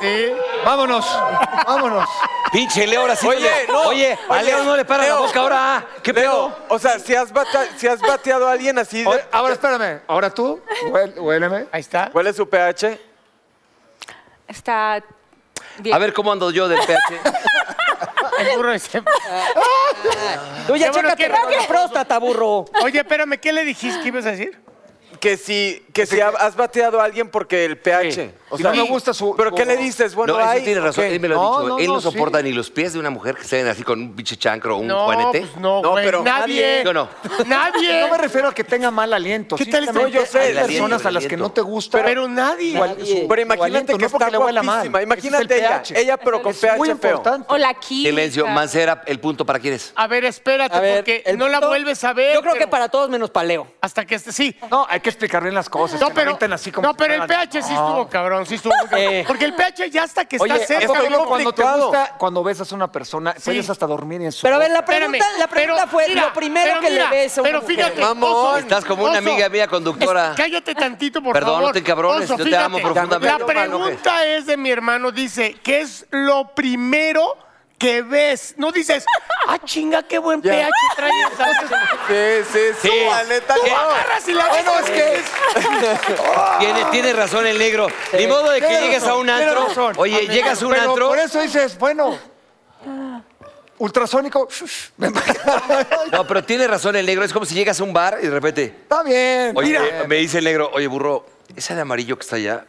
[SPEAKER 5] Sí.
[SPEAKER 6] Vámonos, vámonos.
[SPEAKER 3] Pinche Leo, ahora sí.
[SPEAKER 7] Oye, no.
[SPEAKER 3] Oye, a
[SPEAKER 7] Oye,
[SPEAKER 3] Leo no le para la
[SPEAKER 7] Leo.
[SPEAKER 3] boca ahora. ¿ah? ¿Qué
[SPEAKER 7] Leo,
[SPEAKER 3] pedo?
[SPEAKER 7] o sea, si has, bata- si has bateado a alguien así, de-
[SPEAKER 6] Oye, ahora espérame, ahora tú, huél- huéleme.
[SPEAKER 5] Ahí está.
[SPEAKER 7] ¿cuál es su pH?
[SPEAKER 8] Está bien.
[SPEAKER 3] A ver, ¿cómo ando yo del pH?
[SPEAKER 5] El burro este. ese.
[SPEAKER 4] Tú ya
[SPEAKER 5] Qué bueno
[SPEAKER 4] chécate
[SPEAKER 5] que-
[SPEAKER 4] con la próstata, burro.
[SPEAKER 5] Oye, espérame, ¿qué le dijiste que ibas a decir?
[SPEAKER 7] Que si, que si ha- has bateado a alguien porque el pH. O
[SPEAKER 6] Si no me gusta su-
[SPEAKER 7] ¿Pero qué
[SPEAKER 6] su-
[SPEAKER 7] le dices? Bueno,
[SPEAKER 3] no, eso
[SPEAKER 7] ay,
[SPEAKER 3] tiene razón.
[SPEAKER 7] ok.
[SPEAKER 3] Él me lo ha
[SPEAKER 6] No,
[SPEAKER 3] dicho.
[SPEAKER 6] no,
[SPEAKER 3] él no,
[SPEAKER 6] no, sí.
[SPEAKER 3] soporta ni los pies de una mujer que se ven así con un pinche chancro o un
[SPEAKER 5] No,
[SPEAKER 3] juanete.
[SPEAKER 5] pues no,
[SPEAKER 7] No,
[SPEAKER 5] güey.
[SPEAKER 7] pero-
[SPEAKER 5] nadie.
[SPEAKER 3] Yo no.
[SPEAKER 5] Nadie.
[SPEAKER 6] No me refiero a que tenga mal aliento.
[SPEAKER 5] ¿Qué tal está?
[SPEAKER 6] simplemente
[SPEAKER 5] No, yo sé,
[SPEAKER 6] hay
[SPEAKER 3] el
[SPEAKER 6] personas
[SPEAKER 3] aliento, el
[SPEAKER 6] a las que
[SPEAKER 3] aliento.
[SPEAKER 6] no te gusta.
[SPEAKER 5] Pero nadie.
[SPEAKER 6] Igual-
[SPEAKER 4] Nadie.
[SPEAKER 6] su-
[SPEAKER 7] Pero
[SPEAKER 6] su
[SPEAKER 7] imagínate
[SPEAKER 6] aliento,
[SPEAKER 7] que
[SPEAKER 6] no porque
[SPEAKER 7] está
[SPEAKER 6] le huela mal.
[SPEAKER 7] guapísima.
[SPEAKER 6] Ese
[SPEAKER 7] Imagínate
[SPEAKER 6] es el
[SPEAKER 7] ella.
[SPEAKER 6] pH.
[SPEAKER 7] Ella, pero con
[SPEAKER 6] Es muy
[SPEAKER 7] pH feo.
[SPEAKER 6] importante.
[SPEAKER 8] O la química.
[SPEAKER 3] Silencio, Mancera, el punto para quién es.
[SPEAKER 5] A ver, espérate,
[SPEAKER 4] A ver,
[SPEAKER 5] porque
[SPEAKER 4] el
[SPEAKER 5] no la
[SPEAKER 4] punto-
[SPEAKER 5] vuelves a ver.
[SPEAKER 4] Yo creo que
[SPEAKER 5] pero
[SPEAKER 4] para todos menos para Leo.
[SPEAKER 5] Hasta que este, sí.
[SPEAKER 6] No, hay que explicar bien las cosas.
[SPEAKER 5] No,
[SPEAKER 6] que
[SPEAKER 5] pero,
[SPEAKER 6] avienten así como
[SPEAKER 5] no,
[SPEAKER 6] si
[SPEAKER 5] pero el
[SPEAKER 6] fueran-
[SPEAKER 5] PH sí estuvo cabrón, sí estuvo muy cabrón.
[SPEAKER 4] Eh.
[SPEAKER 5] Porque el PH ya hasta que está
[SPEAKER 4] Oye, ¿a
[SPEAKER 5] cerca.
[SPEAKER 6] Eso te digo,
[SPEAKER 5] bien
[SPEAKER 6] cuando te
[SPEAKER 5] complicado.
[SPEAKER 6] gusta, cuando besas a una persona, puedes hasta dormir en su
[SPEAKER 4] Pero a ver,
[SPEAKER 6] boca.
[SPEAKER 4] la pregunta,
[SPEAKER 5] Espérame,
[SPEAKER 4] la pregunta
[SPEAKER 5] pero
[SPEAKER 4] fue
[SPEAKER 5] mira,
[SPEAKER 4] lo primero
[SPEAKER 5] pero
[SPEAKER 4] que
[SPEAKER 5] mira,
[SPEAKER 4] le ves a una
[SPEAKER 5] pero
[SPEAKER 4] mujer.
[SPEAKER 5] fíjate,
[SPEAKER 3] Mamón,
[SPEAKER 5] Oso,
[SPEAKER 3] estás como una
[SPEAKER 5] Oso,
[SPEAKER 3] amiga mía conductora.
[SPEAKER 5] es- cállate tantito, por
[SPEAKER 3] Perdón,
[SPEAKER 5] favor.
[SPEAKER 3] no te encabrones, yo te
[SPEAKER 5] fíjate,
[SPEAKER 3] amo profundamente.
[SPEAKER 5] La
[SPEAKER 3] Yo, mano, que-
[SPEAKER 5] pregunta es de mi hermano, dice, ¿qué es lo primero que ves? No dices, ah, chinga, qué buen PH trae esa.
[SPEAKER 7] Sí, sí, sí. La neta,
[SPEAKER 5] Tú
[SPEAKER 7] no.
[SPEAKER 5] agarras y la
[SPEAKER 7] Bueno,
[SPEAKER 5] besas.
[SPEAKER 7] es que
[SPEAKER 9] Tiene, tiene razón el negro. Ni modo de que
[SPEAKER 6] Tiene
[SPEAKER 9] llegues a un
[SPEAKER 6] razón, tiene
[SPEAKER 9] antro.
[SPEAKER 6] razón.
[SPEAKER 9] Oye, llegas a un
[SPEAKER 6] Pero
[SPEAKER 9] antro.
[SPEAKER 6] Por eso dices, bueno. Ultrasónico. me-
[SPEAKER 3] No, pero tiene razón el negro. Es como si llegas a un bar y de repente.
[SPEAKER 6] Está bien.
[SPEAKER 3] Oye,
[SPEAKER 6] mira.
[SPEAKER 3] eh, me dice el negro, oye, burro, esa de amarillo que está allá,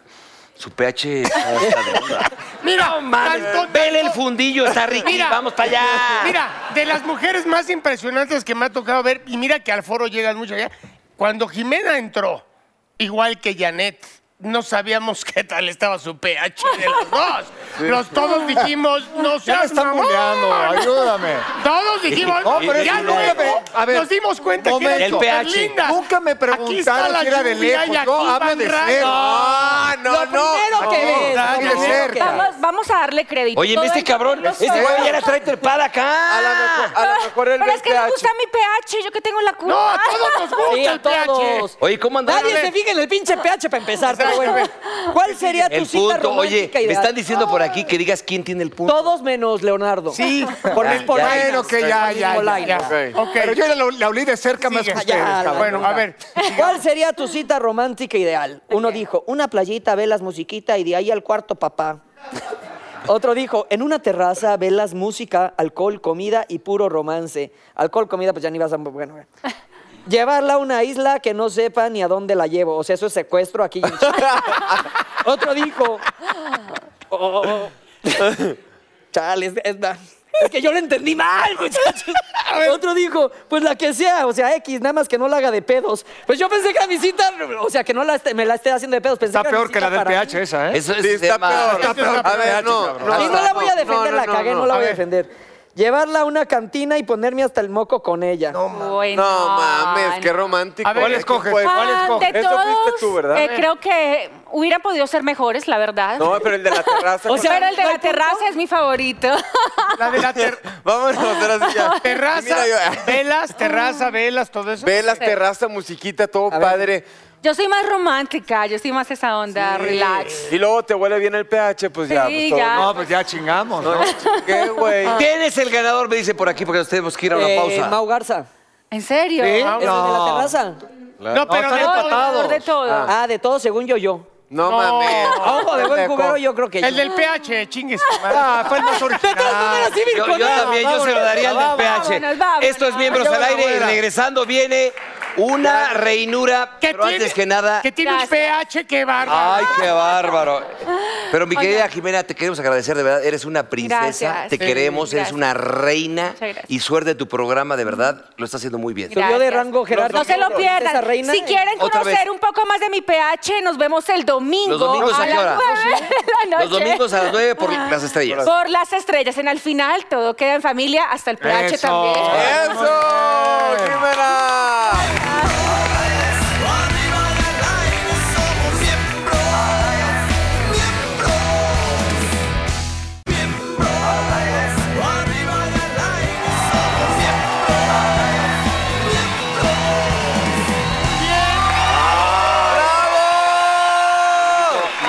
[SPEAKER 3] su pH está de onda".
[SPEAKER 5] Mira, tanto-
[SPEAKER 9] Vele el fundillo, está rico. Vamos para allá.
[SPEAKER 5] Mira, de las mujeres más impresionantes que me ha tocado ver, y mira que al foro llegan mucho allá, cuando Jimena entró, igual que Janet, no sabíamos qué tal estaba su pH de los dos. Los todos dijimos, no
[SPEAKER 6] Ya me
[SPEAKER 5] seas
[SPEAKER 6] están
[SPEAKER 5] mamón".
[SPEAKER 6] buleando, ayúdame.
[SPEAKER 5] Todos dijimos,
[SPEAKER 6] No, pero es Oh,
[SPEAKER 5] ya
[SPEAKER 6] que
[SPEAKER 5] luego
[SPEAKER 6] nunca me- a ver,
[SPEAKER 5] nos dimos cuenta que eran
[SPEAKER 6] momento.
[SPEAKER 5] súper
[SPEAKER 9] El pH.
[SPEAKER 5] lindas.
[SPEAKER 6] Nunca me
[SPEAKER 5] Aquí está
[SPEAKER 6] preguntaron
[SPEAKER 5] la
[SPEAKER 6] si era de
[SPEAKER 5] lluvia y
[SPEAKER 6] lejos.
[SPEAKER 5] aquí
[SPEAKER 6] Yo hablo
[SPEAKER 5] van
[SPEAKER 6] de
[SPEAKER 5] rayos.
[SPEAKER 6] cero.
[SPEAKER 7] Ah, no,
[SPEAKER 4] lo
[SPEAKER 7] no.
[SPEAKER 4] primero que
[SPEAKER 6] no,
[SPEAKER 4] ves.
[SPEAKER 6] nadie
[SPEAKER 4] lo primero
[SPEAKER 6] cerca.
[SPEAKER 4] que ves.
[SPEAKER 8] Vamos, vamos a darle crédito.
[SPEAKER 9] Oye,
[SPEAKER 8] Todo
[SPEAKER 9] este
[SPEAKER 8] el-
[SPEAKER 9] cabrón,
[SPEAKER 8] lo
[SPEAKER 9] este
[SPEAKER 8] sabe.
[SPEAKER 9] güey ya la trae trepada acá.
[SPEAKER 7] A lo mejor, a lo mejor el
[SPEAKER 8] Pero es que le
[SPEAKER 7] VPH.
[SPEAKER 8] gusta mi pH, yo que tengo la culpa.
[SPEAKER 5] No, a todos nos gusta
[SPEAKER 4] Sí, a
[SPEAKER 5] el pH.
[SPEAKER 4] todos.
[SPEAKER 3] Oye, ¿cómo andaban?
[SPEAKER 4] Nadie se fija en el pinche pH para empezar, pero bueno. ¿Cuál sería tu
[SPEAKER 3] El
[SPEAKER 4] cita
[SPEAKER 3] punto, oye,
[SPEAKER 4] romántica
[SPEAKER 3] me
[SPEAKER 4] ideal?
[SPEAKER 3] están diciendo por aquí que digas quién tiene el punto.
[SPEAKER 4] Todos menos Leonardo.
[SPEAKER 5] Sí.
[SPEAKER 4] Por mis por
[SPEAKER 6] Bueno,
[SPEAKER 4] vainas.
[SPEAKER 6] que ya,
[SPEAKER 4] Por mis
[SPEAKER 6] ya,
[SPEAKER 4] por
[SPEAKER 6] ya,
[SPEAKER 4] vainas.
[SPEAKER 6] ya.
[SPEAKER 7] Ok.
[SPEAKER 5] Ok.
[SPEAKER 6] Pero yo la, la olí de cerca más que
[SPEAKER 5] Sigue.
[SPEAKER 6] ustedes. cabrón.
[SPEAKER 4] Ya, la
[SPEAKER 5] Este, Bueno, a ver.
[SPEAKER 4] ¿Cuál sería tu cita romántica ideal? Uno dijo, una playita, velas, musiquita y de ahí al cuarto, papá. Otro dijo, en una terraza, velas, música, alcohol, comida y puro romance. Alcohol, comida, pues ya ni vas a... Bueno, bueno. Llevarla a una isla que no sepa ni a dónde la llevo. O sea, eso es secuestro aquí. en Chile. Otro dijo... oh, oh, oh. Chale, es, es- es que yo lo entendí mal, muchachos. Otro dijo, pues la que sea, o sea, X, nada más que no la haga de pedos. Pues yo pensé que a mi cita, o sea, que no la esté- me la esté haciendo de pedos. Pensé
[SPEAKER 6] Está
[SPEAKER 4] era mi
[SPEAKER 6] peor que
[SPEAKER 4] cita
[SPEAKER 6] la del
[SPEAKER 4] para
[SPEAKER 6] pH
[SPEAKER 4] mí.
[SPEAKER 6] esa, ¿eh?
[SPEAKER 3] Eso es
[SPEAKER 7] Sí, está
[SPEAKER 3] tema-
[SPEAKER 7] peor.
[SPEAKER 5] Este es
[SPEAKER 7] A
[SPEAKER 5] la
[SPEAKER 7] ver, no.
[SPEAKER 6] cabrón.
[SPEAKER 7] no,
[SPEAKER 4] Y no la voy a defender,
[SPEAKER 7] no,
[SPEAKER 4] la
[SPEAKER 7] no,
[SPEAKER 4] cagué, no, la
[SPEAKER 7] no.
[SPEAKER 4] voy a defender. Llevarla a una cantina y ponerme hasta el moco con ella.
[SPEAKER 8] Uy,
[SPEAKER 7] No mames, qué romántico.
[SPEAKER 5] A ver, ¿cuál
[SPEAKER 7] escoges?
[SPEAKER 6] Pues,
[SPEAKER 8] Ah, de
[SPEAKER 7] Eso fuiste
[SPEAKER 8] todos,
[SPEAKER 7] tú, ¿verdad?
[SPEAKER 8] eh, creo que hubieran podido ser mejores, la verdad.
[SPEAKER 7] No, pero el de la terraza.
[SPEAKER 4] O sea,
[SPEAKER 8] pero el de
[SPEAKER 4] ¿no hay
[SPEAKER 8] la terraza es mi favorito.
[SPEAKER 5] La de la ter-
[SPEAKER 7] Vámonos a hacer así ya.
[SPEAKER 5] terraza,
[SPEAKER 7] Mira, yo-
[SPEAKER 5] velas, terraza, velas, todo eso.
[SPEAKER 7] Velas, terraza, musiquita, todo padre.
[SPEAKER 8] Yo soy más romántica, yo soy más esa onda, relax.
[SPEAKER 7] Y luego te huele bien el pH, pues ya.
[SPEAKER 8] Sí,
[SPEAKER 7] pues, todo,
[SPEAKER 8] ya. Ah.
[SPEAKER 6] No, pues ya chingamos, ¿no?
[SPEAKER 7] ¿no? ¿Qué, güey?
[SPEAKER 3] ¿Quién es el ganador? Me dice por aquí porque nos tenemos que ir a una
[SPEAKER 4] Eh,
[SPEAKER 3] pausa.
[SPEAKER 4] Mau Garza.
[SPEAKER 8] ¿En serio?
[SPEAKER 6] Sí.
[SPEAKER 4] ¿Es el de la terraza?
[SPEAKER 5] No, pero
[SPEAKER 6] están
[SPEAKER 5] de
[SPEAKER 8] No,
[SPEAKER 5] todo.
[SPEAKER 8] el ganador de todo.
[SPEAKER 4] Ah, de todo, según yo, yo.
[SPEAKER 7] No, mames.
[SPEAKER 4] A ojo de buen cubero, yo creo que yo.
[SPEAKER 5] El del PH, chingues. tu madre.
[SPEAKER 6] Ah, fue el más
[SPEAKER 4] De todas
[SPEAKER 6] original.
[SPEAKER 7] Ah.
[SPEAKER 4] maneras, sí,
[SPEAKER 9] Yo, yo
[SPEAKER 4] con él.
[SPEAKER 9] también, yo se lo daría al del
[SPEAKER 8] vámonos,
[SPEAKER 9] PH.
[SPEAKER 8] vámonos.
[SPEAKER 9] Esto es Miembros al Aire y regresando viene una reinura,
[SPEAKER 5] ¿Qué
[SPEAKER 9] pero antes
[SPEAKER 5] tiene-
[SPEAKER 9] que nada...
[SPEAKER 5] Que tiene un
[SPEAKER 8] Ya
[SPEAKER 5] PH, qué bárbaro.
[SPEAKER 3] Ay, qué bárbaro. Pero mi querida Jimena, te queremos agradecer, de verdad, eres una princesa,
[SPEAKER 8] Gracias.
[SPEAKER 3] te
[SPEAKER 8] Sí,
[SPEAKER 3] queremos, eres
[SPEAKER 8] gracias.
[SPEAKER 3] una reina
[SPEAKER 8] Muchas gracias.
[SPEAKER 3] y suerte de tu programa, de verdad, lo está haciendo muy bien.
[SPEAKER 4] Subió de
[SPEAKER 8] Gracias.
[SPEAKER 4] rango jerárquico.
[SPEAKER 8] No se lo
[SPEAKER 4] Princesa
[SPEAKER 8] pierdan.
[SPEAKER 4] reina.
[SPEAKER 8] si quieren
[SPEAKER 3] Otra
[SPEAKER 8] conocer
[SPEAKER 3] vez.
[SPEAKER 8] un poco más de mi pH, nos vemos el domingo.
[SPEAKER 3] ¿Los domingos a qué
[SPEAKER 8] las
[SPEAKER 3] hora?
[SPEAKER 8] nueve de la
[SPEAKER 3] Los
[SPEAKER 8] noche.
[SPEAKER 3] domingos a las 9 por las estrellas.
[SPEAKER 8] Por las estrellas. En el final todo queda en familia, hasta el pH
[SPEAKER 6] Eso.
[SPEAKER 8] también.
[SPEAKER 7] ¡Eso! ¡Jimena!
[SPEAKER 2] Arriba en el aire somos miembros, miembros, miembros. Arriba en el aire somos miembros,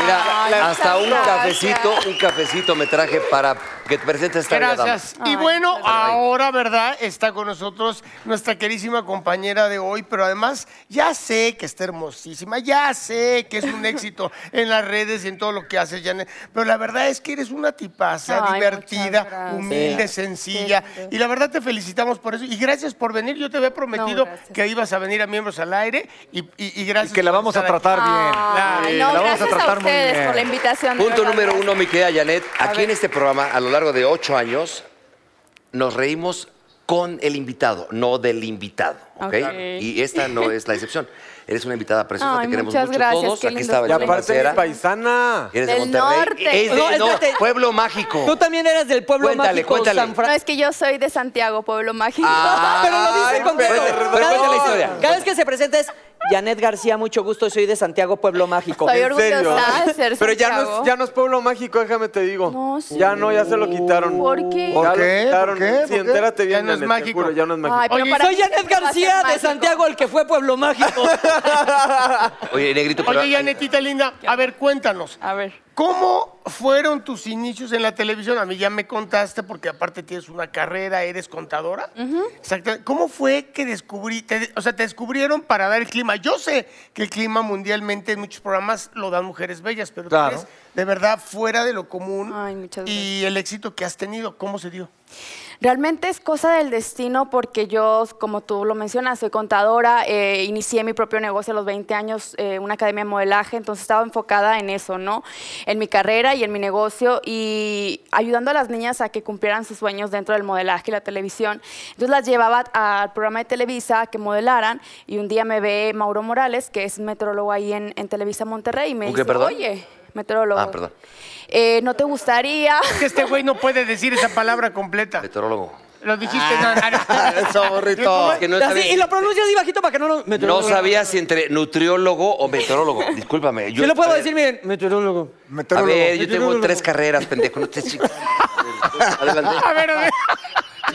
[SPEAKER 3] Mira, hasta un
[SPEAKER 8] gracias.
[SPEAKER 3] cafecito, un cafecito me traje para que te presentes esta bella dama.
[SPEAKER 5] Gracias. Y bueno, ahora, ¿verdad? Está con nosotros nuestra querísima compañera de hoy, pero además ya sé que está hermosísima, ya sé que es un éxito en las redes y en todo lo que haces, Janet, pero la verdad es que eres una tipaza,
[SPEAKER 8] Ay, muchas
[SPEAKER 5] divertida,
[SPEAKER 8] gracias.
[SPEAKER 5] humilde, sencilla, y la verdad te felicitamos por eso, y gracias por venir, yo te había prometido
[SPEAKER 8] No, gracias.
[SPEAKER 5] que ibas a venir a Miembros al Aire, y, y- y gracias.
[SPEAKER 6] Y que la
[SPEAKER 5] por
[SPEAKER 6] vamos a
[SPEAKER 5] estar aquí.
[SPEAKER 6] tratar bien.
[SPEAKER 4] Ah,
[SPEAKER 8] Ay,
[SPEAKER 6] la
[SPEAKER 8] no,
[SPEAKER 6] vamos a
[SPEAKER 8] gracias a,
[SPEAKER 6] tratar muy
[SPEAKER 8] ustedes
[SPEAKER 6] bien.
[SPEAKER 8] por la invitación. de
[SPEAKER 3] Punto
[SPEAKER 8] verdad,
[SPEAKER 3] número
[SPEAKER 8] gracias.
[SPEAKER 3] uno, mi querida Janet. Aquí en este programa, a lo largo de ocho años, nos reímos con el invitado, no del invitado. ¿ok?
[SPEAKER 8] Ok.
[SPEAKER 3] Y esta no es la excepción. Eres una invitada preciosa,
[SPEAKER 8] Ay,
[SPEAKER 3] te queremos
[SPEAKER 8] muchas
[SPEAKER 3] mucho
[SPEAKER 8] gracias,
[SPEAKER 3] todos.
[SPEAKER 8] qué
[SPEAKER 3] Aquí
[SPEAKER 8] lindo
[SPEAKER 3] estaba
[SPEAKER 7] Y
[SPEAKER 8] Vale,
[SPEAKER 3] la
[SPEAKER 7] aparte, mi
[SPEAKER 3] Mancera,
[SPEAKER 7] paisana.
[SPEAKER 3] Eres de
[SPEAKER 10] Del
[SPEAKER 3] Monterrey.
[SPEAKER 10] norte.
[SPEAKER 3] Es de,
[SPEAKER 4] No,
[SPEAKER 3] no,
[SPEAKER 4] espérate.
[SPEAKER 3] Pueblo Mágico.
[SPEAKER 4] Tú también eras del pueblo
[SPEAKER 3] Cuéntale,
[SPEAKER 4] mágico
[SPEAKER 3] cuéntale.
[SPEAKER 4] San Fran-
[SPEAKER 10] No, es que yo soy de Santiago, pueblo mágico.
[SPEAKER 3] Ah,
[SPEAKER 4] Pero lo dice
[SPEAKER 7] Ay,
[SPEAKER 4] con
[SPEAKER 7] pero-
[SPEAKER 4] todo.
[SPEAKER 7] pero
[SPEAKER 4] Cada
[SPEAKER 3] cuéntale
[SPEAKER 4] vez-
[SPEAKER 3] la historia.
[SPEAKER 4] Cada vez que se presenta es Janet García, mucho gusto, soy de Santiago Pueblo Mágico.
[SPEAKER 8] Soy
[SPEAKER 7] ¿En serio?
[SPEAKER 8] orgullosa de ser
[SPEAKER 7] Pero ya no,
[SPEAKER 8] Santiago.
[SPEAKER 7] es, ya no es pueblo mágico, déjame te digo.
[SPEAKER 8] No, sí.
[SPEAKER 7] Ya no, ya se lo quitaron.
[SPEAKER 8] ¿Por qué?
[SPEAKER 7] Ya
[SPEAKER 6] ¿Por
[SPEAKER 7] lo
[SPEAKER 6] qué?
[SPEAKER 7] quitaron.
[SPEAKER 6] ¿Por qué?
[SPEAKER 7] Sí,
[SPEAKER 6] ¿Por qué?
[SPEAKER 7] entérate bien,
[SPEAKER 5] Ya no es
[SPEAKER 7] Janet, te
[SPEAKER 5] mágico.
[SPEAKER 7] juro, ya no es mágico.
[SPEAKER 8] Ay, pero
[SPEAKER 5] Oye,
[SPEAKER 8] para
[SPEAKER 4] Soy
[SPEAKER 8] mí
[SPEAKER 4] Janet
[SPEAKER 8] siempre va a ser
[SPEAKER 4] García de
[SPEAKER 8] mágico.
[SPEAKER 4] Santiago, el que fue Pueblo Mágico.
[SPEAKER 3] Oye, negrito, pero.
[SPEAKER 5] Oye, Janetita linda, a ver, cuéntanos.
[SPEAKER 8] A ver.
[SPEAKER 5] ¿Cómo fueron tus inicios en la televisión? A mí ya me contaste, porque aparte tienes una carrera, eres contadora. Exactamente. ¿Cómo fue que descubrí, te- o sea, te descubrieron para dar el clima? Yo sé que el clima mundialmente en muchos programas lo dan mujeres bellas, pero tú
[SPEAKER 6] Claro.
[SPEAKER 5] eres de verdad fuera de lo común.
[SPEAKER 8] Ay, muchas
[SPEAKER 5] Y el éxito que has tenido, ¿cómo se dio?
[SPEAKER 8] Realmente es cosa del destino porque yo, como tú lo mencionas, soy contadora, eh, inicié mi propio negocio a los 20 años, eh, una academia de modelaje, entonces estaba enfocada en eso, ¿no? En mi carrera y en mi negocio y ayudando a las niñas a que cumplieran sus sueños dentro del modelaje y la televisión. Entonces las llevaba al programa de Televisa a que modelaran y un día me ve Mauro Morales, que es meteorólogo ahí en, en Televisa Monterrey, y me
[SPEAKER 3] ¿Un qué,
[SPEAKER 8] dice,
[SPEAKER 3] perdón?
[SPEAKER 8] oye, meteorólogo.
[SPEAKER 3] Ah, perdón.
[SPEAKER 8] eh, ¿No te gustaría?
[SPEAKER 5] Que este güey no puede decir esa palabra completa.
[SPEAKER 3] Meteorólogo.
[SPEAKER 5] Lo dijiste. no, no, no.
[SPEAKER 7] Eso, burrito.
[SPEAKER 11] Que no,
[SPEAKER 4] Así, y
[SPEAKER 11] sabía,
[SPEAKER 4] lo pronuncias así bajito para que no lo...
[SPEAKER 11] no sabía si entre nutriólogo
[SPEAKER 3] O
[SPEAKER 11] o...
[SPEAKER 3] meteorólogo, discúlpame.
[SPEAKER 4] Yo lo puedo
[SPEAKER 3] a ver,
[SPEAKER 4] decir, miren, meteorólogo.
[SPEAKER 3] A
[SPEAKER 6] Meteorólogo.
[SPEAKER 3] ver, yo tengo tres carreras, pendejo. No te chingues. Adelante.
[SPEAKER 5] A ver, a ver.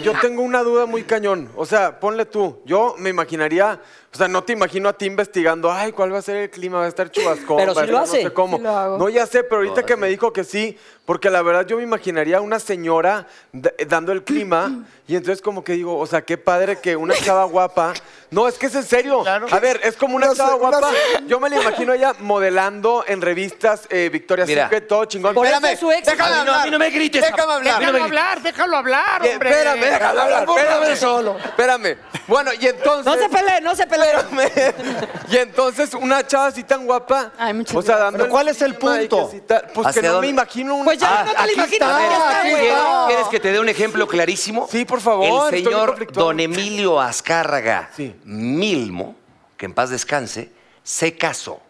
[SPEAKER 7] Yo tengo una duda muy cañón. O sea, ponle tú. Yo me imaginaría, o sea, no te imagino a ti investigando, ay, ¿cuál va a ser el clima? Va a estar chubascón.
[SPEAKER 4] Pero
[SPEAKER 7] va a
[SPEAKER 4] sí lo
[SPEAKER 7] estar
[SPEAKER 4] hace.
[SPEAKER 7] No sé cómo.
[SPEAKER 8] Sí lo hago.
[SPEAKER 7] No, ya sé, pero ahorita que me dijo que sí, porque la verdad yo me imaginaría a una señora d- dando el clima y entonces como que digo, o sea, qué padre que una chava guapa. No, es que es en serio.
[SPEAKER 5] Claro.
[SPEAKER 7] A ver, es como una,
[SPEAKER 6] Una se-
[SPEAKER 7] chava
[SPEAKER 6] una
[SPEAKER 7] guapa. Yo me la imagino a ella modelando en revistas eh, Victoria's
[SPEAKER 3] Mira.
[SPEAKER 7] Secret, todo chingón.
[SPEAKER 4] Por eso
[SPEAKER 7] Espérame,
[SPEAKER 4] es su ex.
[SPEAKER 7] déjame
[SPEAKER 4] A mí no-
[SPEAKER 7] hablar.
[SPEAKER 4] a mí no me grites.
[SPEAKER 7] Déjame hablar.
[SPEAKER 5] Déjalo hablar, déjalo hablar,
[SPEAKER 7] Eh,
[SPEAKER 5] hombre.
[SPEAKER 7] Espérame, déjame hablar, espérame.
[SPEAKER 4] solo.
[SPEAKER 7] Espérame. Bueno, y entonces.
[SPEAKER 4] No se peleen, no se peleen.
[SPEAKER 7] Espérame. Y entonces, una chava así tan guapa.
[SPEAKER 8] Ay, muchas
[SPEAKER 7] o sea,
[SPEAKER 8] gracias.
[SPEAKER 7] dando
[SPEAKER 6] Pero ¿cuál es el
[SPEAKER 7] clima y que
[SPEAKER 6] punto?
[SPEAKER 7] así tal- pues que
[SPEAKER 3] ¿Hacia
[SPEAKER 7] no
[SPEAKER 3] dónde?
[SPEAKER 7] me imagino un. Ah,
[SPEAKER 4] Pues
[SPEAKER 3] Ah,
[SPEAKER 4] ya, no te lo imaginas. ya está, güey.
[SPEAKER 3] ¿Quieres- ¿Quieres que te dé un ejemplo clarísimo?
[SPEAKER 7] Sí, por favor,
[SPEAKER 3] El
[SPEAKER 7] estoy muy
[SPEAKER 3] señor
[SPEAKER 7] conflictuado.
[SPEAKER 3] don Emilio Azcárraga
[SPEAKER 7] Sí.
[SPEAKER 3] Milmo, que en paz descanse, se casó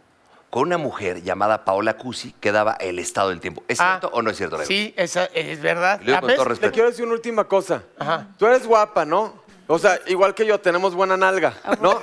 [SPEAKER 3] con una mujer llamada Paola Cusi que daba el estado del tiempo. ¿Es
[SPEAKER 5] Ah.
[SPEAKER 3] cierto o no es cierto? Leo?
[SPEAKER 5] Sí, esa es verdad.
[SPEAKER 3] Lo digo
[SPEAKER 5] ¿La
[SPEAKER 3] con
[SPEAKER 5] ves?
[SPEAKER 3] todo
[SPEAKER 7] Le
[SPEAKER 3] respeto.
[SPEAKER 7] quiero decir una última cosa.
[SPEAKER 5] Ajá.
[SPEAKER 7] Tú eres guapa, ¿no? O sea, igual que yo, tenemos buena nalga,
[SPEAKER 3] Ah,
[SPEAKER 7] ¿no?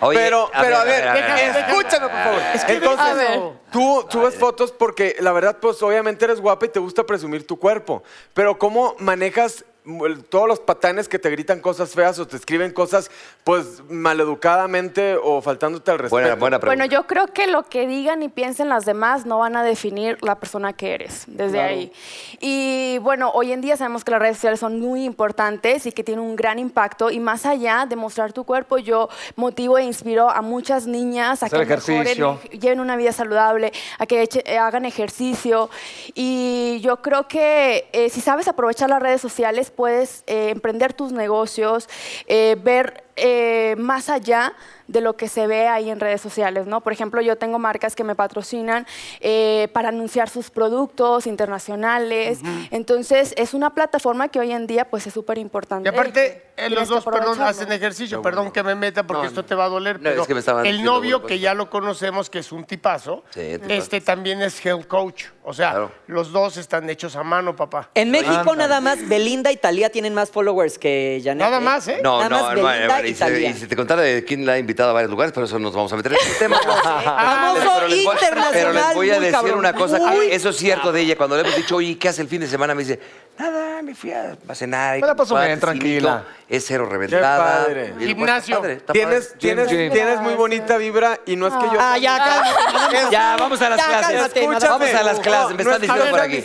[SPEAKER 3] Oye,
[SPEAKER 7] pero, pero a ver,
[SPEAKER 5] déjame,
[SPEAKER 7] escúchame, por favor.
[SPEAKER 8] A
[SPEAKER 7] Entonces,
[SPEAKER 8] ver.
[SPEAKER 7] tú subes fotos porque la verdad, pues obviamente eres guapa y te gusta presumir tu cuerpo. Pero ¿cómo manejas mm, el- todos los patanes que te gritan cosas feas o te escriben cosas, pues, maleducadamente o faltándote al respeto?
[SPEAKER 3] Buena, buena
[SPEAKER 8] Bueno,
[SPEAKER 3] pregunta.
[SPEAKER 8] yo creo que lo que digan y piensen las demás no van a definir la persona que eres desde ahí. Y bueno, hoy en día sabemos que las redes sociales son muy importantes y que tienen un gran impacto. Y más allá de mostrar tu cuerpo, yo motivo e inspiro a muchas niñas a
[SPEAKER 6] Hacer
[SPEAKER 8] que mejoren,
[SPEAKER 6] ejercicio.
[SPEAKER 8] lleven una vida saludable, a que eche- eh, hagan ejercicio. Y yo creo que eh, si sabes aprovechar las redes sociales, puedes eh, emprender tus negocios, eh, ver eh, más allá de lo que se ve ahí en redes sociales, ¿no? Por ejemplo, yo tengo marcas que me patrocinan eh, para anunciar sus productos internacionales. Entonces, es una plataforma que hoy en día, pues, es súper
[SPEAKER 5] Y
[SPEAKER 8] importante.
[SPEAKER 5] aparte, eh, los
[SPEAKER 8] tienes que
[SPEAKER 5] dos, perdón,
[SPEAKER 8] aprovecharlo.
[SPEAKER 5] hacen ejercicio. Perdón que me meta porque esto te va a doler.
[SPEAKER 3] No,
[SPEAKER 5] pero
[SPEAKER 3] es que me estaban
[SPEAKER 5] el
[SPEAKER 3] diciendo
[SPEAKER 5] novio,
[SPEAKER 3] una
[SPEAKER 5] que
[SPEAKER 3] cosa.
[SPEAKER 5] ya lo conocemos, que es un tipazo,
[SPEAKER 3] Sí,
[SPEAKER 5] este
[SPEAKER 3] tipazo.
[SPEAKER 5] también es health coach. O sea,
[SPEAKER 3] Claro.
[SPEAKER 5] los dos están hechos a mano, papá.
[SPEAKER 4] En México nada más Belinda y Talía tienen más followers que Janet.
[SPEAKER 5] Nada más, ¿eh?
[SPEAKER 3] No,
[SPEAKER 4] Nada
[SPEAKER 3] no,
[SPEAKER 4] más
[SPEAKER 3] no,
[SPEAKER 4] Belinda
[SPEAKER 3] eh,
[SPEAKER 4] y
[SPEAKER 3] y, si,
[SPEAKER 4] Thalía.
[SPEAKER 3] y si te contara de quién la ha invitado a varios lugares, pero eso nos vamos a meter en este tema.
[SPEAKER 4] Famoso
[SPEAKER 3] pero les voy-
[SPEAKER 4] internacional,
[SPEAKER 3] pero les voy a
[SPEAKER 4] muy
[SPEAKER 3] decir
[SPEAKER 4] cabrón.
[SPEAKER 3] una cosa, que
[SPEAKER 4] Muy
[SPEAKER 3] eso es cierto de ella. Cuando le hemos dicho, oye, ¿qué hace el fin de semana? Me dice, nada, me fui a, a cenar. y
[SPEAKER 6] Me la paso
[SPEAKER 3] con
[SPEAKER 6] bien,
[SPEAKER 3] cuates,
[SPEAKER 6] tranquila.
[SPEAKER 3] cinito, Es cero reventada.
[SPEAKER 7] padre.
[SPEAKER 3] Y el-
[SPEAKER 5] Gimnasio.
[SPEAKER 3] está padre, está
[SPEAKER 7] Tienes,
[SPEAKER 3] padre.
[SPEAKER 7] tienes,
[SPEAKER 6] Jim.
[SPEAKER 7] tienes muy bonita vibra y no es que yo...
[SPEAKER 4] Ah, ya, cálmate.
[SPEAKER 11] Ya, vamos a las
[SPEAKER 4] Ya,
[SPEAKER 11] clases.
[SPEAKER 4] cálmate,
[SPEAKER 11] Escúchame.
[SPEAKER 4] Vamos a las clases.
[SPEAKER 11] me están diciendo por aquí.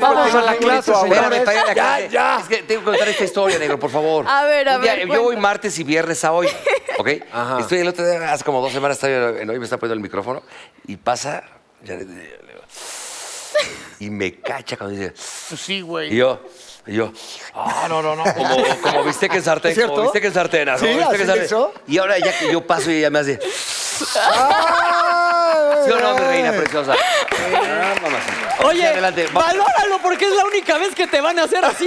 [SPEAKER 6] Vamos a la clase,
[SPEAKER 3] Espérame,
[SPEAKER 6] señores.
[SPEAKER 3] todavía la clase. Es que tengo que contar esta historia, negro, por favor.
[SPEAKER 8] A ver, a
[SPEAKER 3] Un día-
[SPEAKER 8] ver,
[SPEAKER 3] Yo voy
[SPEAKER 8] cuenta.
[SPEAKER 3] martes y viernes a hoy, ¿ok? Estoy el otro día, hace como dos semanas, estaba en hoy me está poniendo el micrófono y pasa. ya le- le- le- y me cacha cuando dice.
[SPEAKER 5] Pues sí,
[SPEAKER 3] Y
[SPEAKER 5] güey.
[SPEAKER 3] yo, y yo, ah, no, no, no, como, como bistec en sartén,
[SPEAKER 6] ¿Es
[SPEAKER 3] como
[SPEAKER 6] cierto?
[SPEAKER 3] bistec en sartén, ah, como
[SPEAKER 6] Sí,
[SPEAKER 3] bistec
[SPEAKER 6] así
[SPEAKER 3] en sartén.
[SPEAKER 6] le hizo.
[SPEAKER 3] Y ahora ya que yo paso y ella me hace,
[SPEAKER 6] ¡Ah!
[SPEAKER 3] sí o no, mi reina preciosa.
[SPEAKER 4] Oye,
[SPEAKER 3] adelante, vamos.
[SPEAKER 4] valóralo porque es la única vez que te van a hacer así.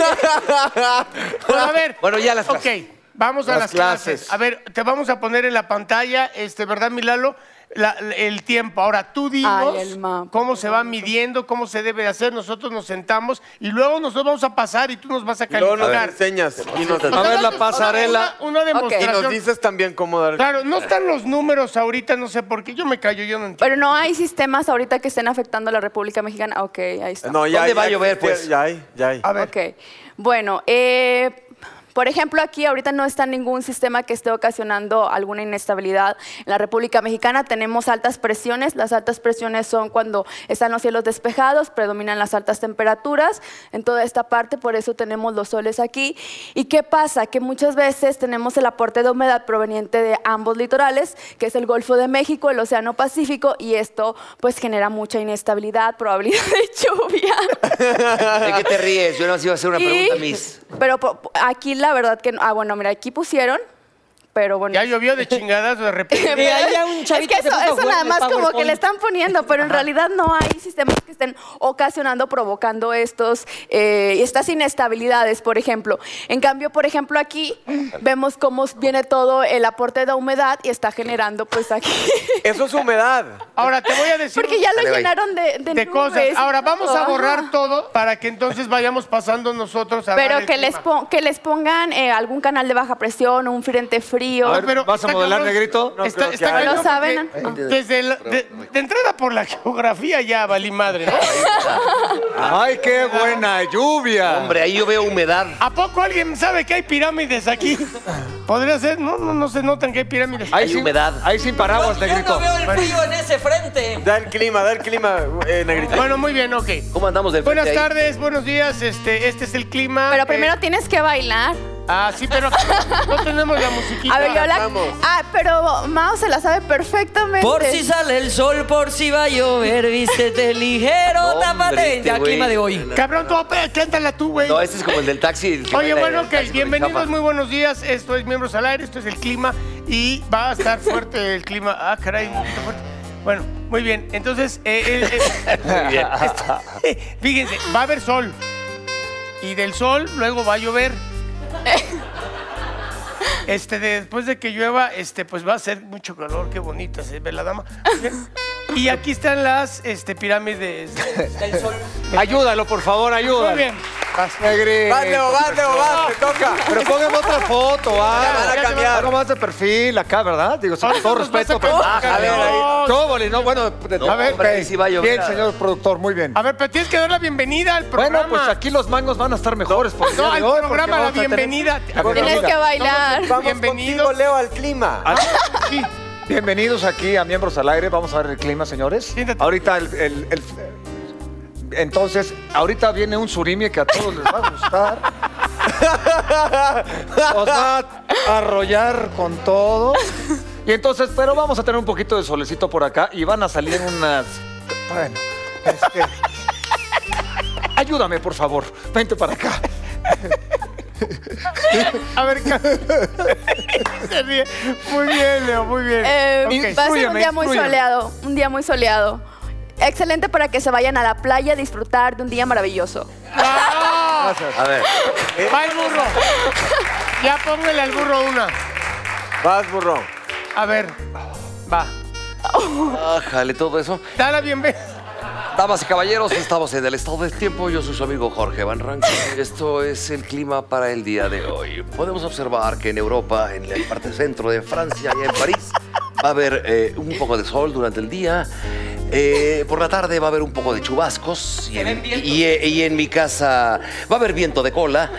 [SPEAKER 5] Bueno, a ver.
[SPEAKER 3] Bueno, ya las
[SPEAKER 5] Ok,
[SPEAKER 3] clases.
[SPEAKER 5] vamos a las,
[SPEAKER 7] Las
[SPEAKER 5] clases.
[SPEAKER 7] clases.
[SPEAKER 5] A ver, te vamos a poner en la pantalla, este, ¿verdad, Milalo? la- el tiempo. Ahora, tú dinos
[SPEAKER 8] Ay, el mapa,
[SPEAKER 5] cómo se va midiendo, cómo se debe de hacer. Nosotros nos sentamos y luego nosotros vamos a pasar y tú nos vas a
[SPEAKER 7] Y luego nos
[SPEAKER 5] calificar.
[SPEAKER 7] enseñas y nos,
[SPEAKER 5] O sea,
[SPEAKER 6] A ver la
[SPEAKER 5] una-
[SPEAKER 6] pasarela.
[SPEAKER 5] Una, una
[SPEAKER 7] y
[SPEAKER 5] demostración.
[SPEAKER 7] nos dices también cómo dar.
[SPEAKER 5] Claro, no están los números ahorita, no sé por qué. Yo me callo, yo no entiendo.
[SPEAKER 8] Pero no hay sistemas ahorita que estén afectando a la República Mexicana. Ok, ahí está.
[SPEAKER 7] Eh, No, ya
[SPEAKER 3] ¿Dónde
[SPEAKER 7] hay,
[SPEAKER 3] va a
[SPEAKER 7] ya
[SPEAKER 3] llover,
[SPEAKER 7] existe-
[SPEAKER 3] pues?
[SPEAKER 7] Ya hay, ya hay.
[SPEAKER 5] A ver.
[SPEAKER 8] Ok. Bueno, eh, por ejemplo, aquí ahorita no está ningún sistema que esté ocasionando alguna inestabilidad. En la República Mexicana tenemos altas presiones. Las altas presiones son cuando están los cielos despejados, predominan las altas temperaturas en toda esta parte, por eso tenemos los soles aquí. ¿Y qué pasa? Que muchas veces tenemos el aporte de humedad proveniente de ambos litorales, que es el Golfo de México, el Océano Pacífico, y esto pues genera mucha inestabilidad, probabilidad de lluvia.
[SPEAKER 3] ¿De qué te ríes? Yo no más iba a hacer una
[SPEAKER 8] Y-
[SPEAKER 3] pregunta, Miss.
[SPEAKER 8] Pero po- po- aquí la verdad que no. Ah, bueno, mira, aquí pusieron, pero bueno.
[SPEAKER 5] Ya llovió de chingadas de repente.
[SPEAKER 8] Pero
[SPEAKER 4] ahí
[SPEAKER 8] es-
[SPEAKER 4] a un chavito
[SPEAKER 8] es
[SPEAKER 4] se
[SPEAKER 8] que eso,
[SPEAKER 4] puso a
[SPEAKER 8] eso
[SPEAKER 4] jugar
[SPEAKER 8] nada
[SPEAKER 4] en el
[SPEAKER 8] más como que
[SPEAKER 4] PowerPoint.
[SPEAKER 8] le están poniendo, pero en realidad no hay sistemas que estén ocasionando, provocando estos, eh, estas inestabilidades, por ejemplo. En cambio, por ejemplo, aquí vemos cómo viene todo el aporte de humedad y está generando, pues aquí.
[SPEAKER 7] Eso es humedad.
[SPEAKER 5] Ahora te voy a decir.
[SPEAKER 8] Porque ya lo
[SPEAKER 3] Dale, bye.
[SPEAKER 8] llenaron de, de,
[SPEAKER 5] de cosas.
[SPEAKER 8] nubes y
[SPEAKER 5] Ahora vamos
[SPEAKER 8] todo.
[SPEAKER 5] a borrar
[SPEAKER 8] Ajá.
[SPEAKER 5] todo para que entonces vayamos pasando nosotros a dar
[SPEAKER 8] Pero
[SPEAKER 5] el
[SPEAKER 8] que les,
[SPEAKER 5] clima.
[SPEAKER 8] pon- que les pongan eh, algún canal de baja presión, un frente frío.
[SPEAKER 5] No, pero
[SPEAKER 6] ¿vas a
[SPEAKER 5] está
[SPEAKER 6] modelar,
[SPEAKER 5] cabrón.
[SPEAKER 6] negrito?
[SPEAKER 7] No
[SPEAKER 5] está
[SPEAKER 7] creo
[SPEAKER 5] está
[SPEAKER 7] que haya.
[SPEAKER 5] cabrón
[SPEAKER 8] No saben.
[SPEAKER 5] porque Desde la- de, de entrada por la geografía ya valí madre, ¿no?
[SPEAKER 6] ¡Ay, qué buena lluvia!
[SPEAKER 3] Hombre, ahí yo veo humedad.
[SPEAKER 5] ¿A poco alguien sabe que hay pirámides aquí? Podría ser, no, no, no se notan que hay pirámides.
[SPEAKER 3] Hay humedad.
[SPEAKER 6] Ahí sin paraguas,
[SPEAKER 4] Yo
[SPEAKER 6] negrito.
[SPEAKER 4] no veo el frío en ese frente.
[SPEAKER 7] Da el clima, da el clima, eh, negrito.
[SPEAKER 5] Bueno, muy bien, ok.
[SPEAKER 3] ¿Cómo andamos del frente
[SPEAKER 5] Buenas
[SPEAKER 3] ahí?
[SPEAKER 5] tardes, buenos días, este, este es el clima.
[SPEAKER 8] Pero
[SPEAKER 5] eh,
[SPEAKER 8] primero tienes que bailar.
[SPEAKER 5] ah, sí, pero no tenemos la musiquita.
[SPEAKER 8] A ver, yo la.
[SPEAKER 7] vamos.
[SPEAKER 8] Ah, pero Mao se la sabe perfectamente.
[SPEAKER 4] Por si sale el sol, por si va a llover, vístete ligero,
[SPEAKER 3] Hombre,
[SPEAKER 4] tápate.
[SPEAKER 3] este
[SPEAKER 4] ya
[SPEAKER 3] güey.
[SPEAKER 4] clima de hoy.
[SPEAKER 5] Cabrón, tú, apé- cántala tú, güey.
[SPEAKER 3] No, este es como el del taxi. el que
[SPEAKER 5] Oye,
[SPEAKER 3] baila
[SPEAKER 5] bueno,
[SPEAKER 3] el
[SPEAKER 5] ok,
[SPEAKER 3] taxi con
[SPEAKER 5] bienvenidos,
[SPEAKER 3] chapas.
[SPEAKER 5] muy buenos días. Esto es Miembros al Aire, esto es el clima y va a estar fuerte el clima. Ah, caray, está fuerte. Bueno, muy bien, entonces, eh, eh, eh,
[SPEAKER 3] Muy bien.
[SPEAKER 5] este, fíjense, va a haber sol y del sol luego va a llover. Este, después de que llueva, este, pues va a ser mucho calor, qué bonita se ve la dama. Y aquí están las este, pirámides.
[SPEAKER 6] Ayúdalo, por favor,
[SPEAKER 5] Muy
[SPEAKER 6] ayúdalo.
[SPEAKER 5] bien.
[SPEAKER 6] Negrito.
[SPEAKER 7] Vas, Leo, vas, Leo, vas, te toca.
[SPEAKER 6] Pero póngame otra foto,
[SPEAKER 7] Ya van a
[SPEAKER 6] ah.
[SPEAKER 7] cambiar.
[SPEAKER 6] Algo más de perfil acá, ¿verdad? Digo, sí, con todo
[SPEAKER 5] Ahorita nos vas a
[SPEAKER 6] respeto, pero.
[SPEAKER 5] calificar. No,
[SPEAKER 6] Ah, ¿Qué óvole? No, bueno, de-
[SPEAKER 3] No,
[SPEAKER 6] a ver,
[SPEAKER 3] hombre,
[SPEAKER 6] ok.
[SPEAKER 3] sí va a llover.
[SPEAKER 6] bien, señor productor, muy bien.
[SPEAKER 5] A ver, pero tienes que dar la bienvenida al programa.
[SPEAKER 6] Bueno, pues aquí los mangos van a estar mejores. por el
[SPEAKER 5] No,
[SPEAKER 6] día
[SPEAKER 5] al
[SPEAKER 6] de hoy, porque
[SPEAKER 5] programa la
[SPEAKER 6] vamos a tener-
[SPEAKER 5] bienvenida.
[SPEAKER 6] La
[SPEAKER 8] Tienes que bailar.
[SPEAKER 7] Vamos
[SPEAKER 5] Bienvenidos.
[SPEAKER 7] contigo, Leo, al clima.
[SPEAKER 5] Sí.
[SPEAKER 6] Ah, Bienvenidos aquí a Miembros al Aire. Vamos a ver el clima, señores.
[SPEAKER 5] Siéntate.
[SPEAKER 6] Ahorita el, el- el- Entonces, ahorita viene un surimi que a todos les va a gustar. Nos va a arrollar con todo. Y entonces, pero vamos a tener un poquito de solecito por acá y van a salir unas. Bueno, este, Ayúdame, por favor. Vente para acá.
[SPEAKER 5] A ver, ca- se ríe. Muy bien, Leo, muy bien.
[SPEAKER 8] Eh,
[SPEAKER 5] Ok.
[SPEAKER 8] va a ser un
[SPEAKER 6] instrúyeme,
[SPEAKER 8] día muy
[SPEAKER 6] instrúyeme.
[SPEAKER 8] soleado. Un día muy soleado. Excelente para que se vayan a la playa a disfrutar de un día maravilloso.
[SPEAKER 5] ¡Ah!
[SPEAKER 3] A ver,
[SPEAKER 5] Va el burro. Ya póngale al burro una.
[SPEAKER 7] Vas, burro.
[SPEAKER 5] A ver, va.
[SPEAKER 3] ájale todo eso.
[SPEAKER 5] Da la bienvenida.
[SPEAKER 3] Damas y caballeros, estamos en el estado del tiempo. Yo soy su amigo Jorge Van Ranco. Esto es el clima para el día de hoy. Podemos observar que en Europa, en la parte centro de Francia y en París, va a haber eh, un poco de sol durante el día. Eh, por la tarde va a haber un poco de chubascos. Y en, y- eh, y en mi casa va a haber viento de cola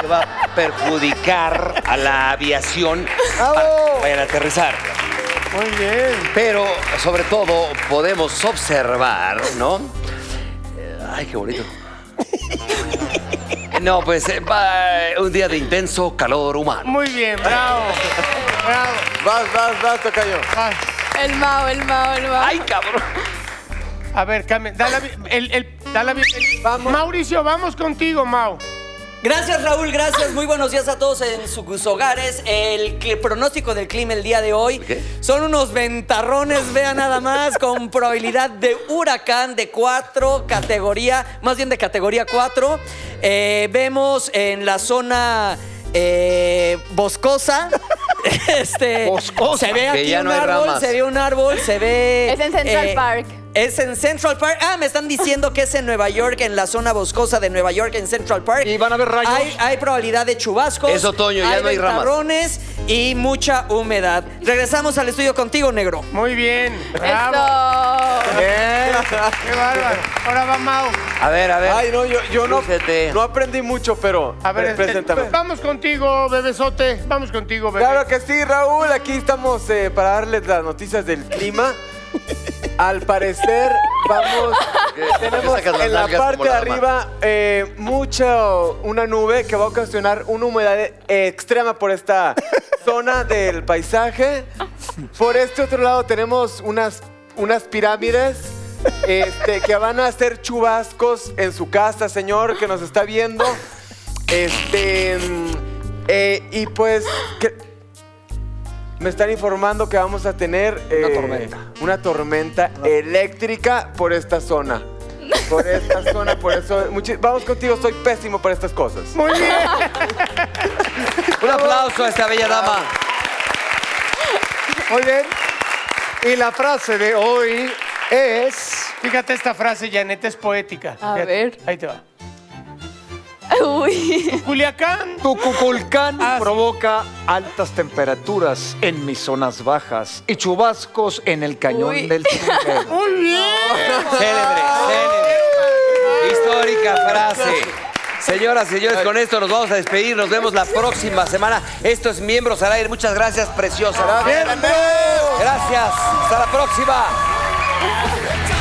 [SPEAKER 3] que va a perjudicar a la aviación para que vayan a aterrizar.
[SPEAKER 5] Muy bien.
[SPEAKER 3] Pero sobre todo podemos observar, ¿no? Eh, Ay, qué bonito. No, pues eh, va, eh, un día de intenso calor humano.
[SPEAKER 5] Muy bien, bravo. Bravo.
[SPEAKER 7] Vas, vas, vas, tocayo.
[SPEAKER 5] Ah,
[SPEAKER 8] El Mao, el Mao, el Mao.
[SPEAKER 3] Ay, cabrón.
[SPEAKER 5] A ver, cambia. Da la, bi- el, el- da la bienvenida.
[SPEAKER 7] Vamos.
[SPEAKER 5] Mauricio, vamos contigo, Mau.
[SPEAKER 4] Gracias Raúl, gracias. Muy buenos días a todos en sus hogares. El cli- pronóstico del clima el día de hoy
[SPEAKER 3] ¿Qué?
[SPEAKER 4] son unos ventarrones, vean nada más, con probabilidad de huracán de 4, categoría, más bien de categoría 4. vemos en la zona eh, boscosa Este,
[SPEAKER 6] Boscosa.
[SPEAKER 4] se ve
[SPEAKER 3] Que
[SPEAKER 4] aquí
[SPEAKER 3] ya
[SPEAKER 4] un
[SPEAKER 3] no hay
[SPEAKER 4] árbol,
[SPEAKER 3] ramas.
[SPEAKER 4] se ve un árbol, se ve. eh,
[SPEAKER 10] Es en Central Park.
[SPEAKER 4] Es en Central Park. Ah, me están diciendo que es en Nueva York, en la zona boscosa de Nueva York, en Central Park.
[SPEAKER 6] ¿Y van a haber rayos?
[SPEAKER 4] Hay, hay probabilidad de chubascos.
[SPEAKER 3] Es otoño, ya no hay ramas.
[SPEAKER 4] ventarrones y mucha humedad. Regresamos al estudio contigo, negro.
[SPEAKER 5] Muy bien. Bravo.
[SPEAKER 10] Eso.
[SPEAKER 5] Qué bárbaro. Ahora va Mau.
[SPEAKER 3] A ver, a ver.
[SPEAKER 7] Ay, no, yo, yo no,
[SPEAKER 3] Lúcete.
[SPEAKER 7] no aprendí mucho, pero
[SPEAKER 5] A ver, este,
[SPEAKER 7] pre- preséntame.
[SPEAKER 5] vamos contigo, bebesote. Vamos contigo, bebé.
[SPEAKER 7] Claro que sí, Raúl. Aquí estamos eh, para darles las noticias del clima. Al parecer, vamos.
[SPEAKER 3] ¿Por qué
[SPEAKER 7] Tenemos
[SPEAKER 3] sacas las
[SPEAKER 7] en la
[SPEAKER 3] nalgas
[SPEAKER 7] parte
[SPEAKER 3] como
[SPEAKER 7] de
[SPEAKER 3] la dama?
[SPEAKER 7] arriba eh, mucha una nube que va a ocasionar una humedad eh, extrema por esta zona del paisaje. Por este otro lado tenemos unas, unas pirámides este, que van a hacer chubascos en su casa, señor, que nos está viendo. Este. mm, eh, y pues. que- me están informando que vamos a tener eh,
[SPEAKER 6] tormenta.
[SPEAKER 7] una tormenta eléctrica por esta zona. Por esta zona, por eso. muchi- Vamos contigo, soy pésimo para estas cosas.
[SPEAKER 5] Muy bien.
[SPEAKER 9] Un aplauso a esta bella dama.
[SPEAKER 6] Muy bien. Y la frase de hoy es.
[SPEAKER 5] Fíjate esta frase, Janet, es poética.
[SPEAKER 10] A
[SPEAKER 5] Fíjate.
[SPEAKER 10] ver.
[SPEAKER 5] Ahí te va.
[SPEAKER 10] Uy.
[SPEAKER 5] Culiacán.
[SPEAKER 6] Tucuculcán
[SPEAKER 5] Ah, sí.
[SPEAKER 6] provoca altas temperaturas en mis zonas bajas y chubascos en el cañón
[SPEAKER 10] Uy.
[SPEAKER 6] del Chingero.
[SPEAKER 5] Muy bien.
[SPEAKER 9] Célebre, célebre. Histórica frase. Señoras y señores, con esto nos vamos a despedir. Nos vemos la próxima semana. Esto es Miembros al Aire. Muchas gracias, preciosa. Gracias. Hasta la próxima.
[SPEAKER 2] Caliente,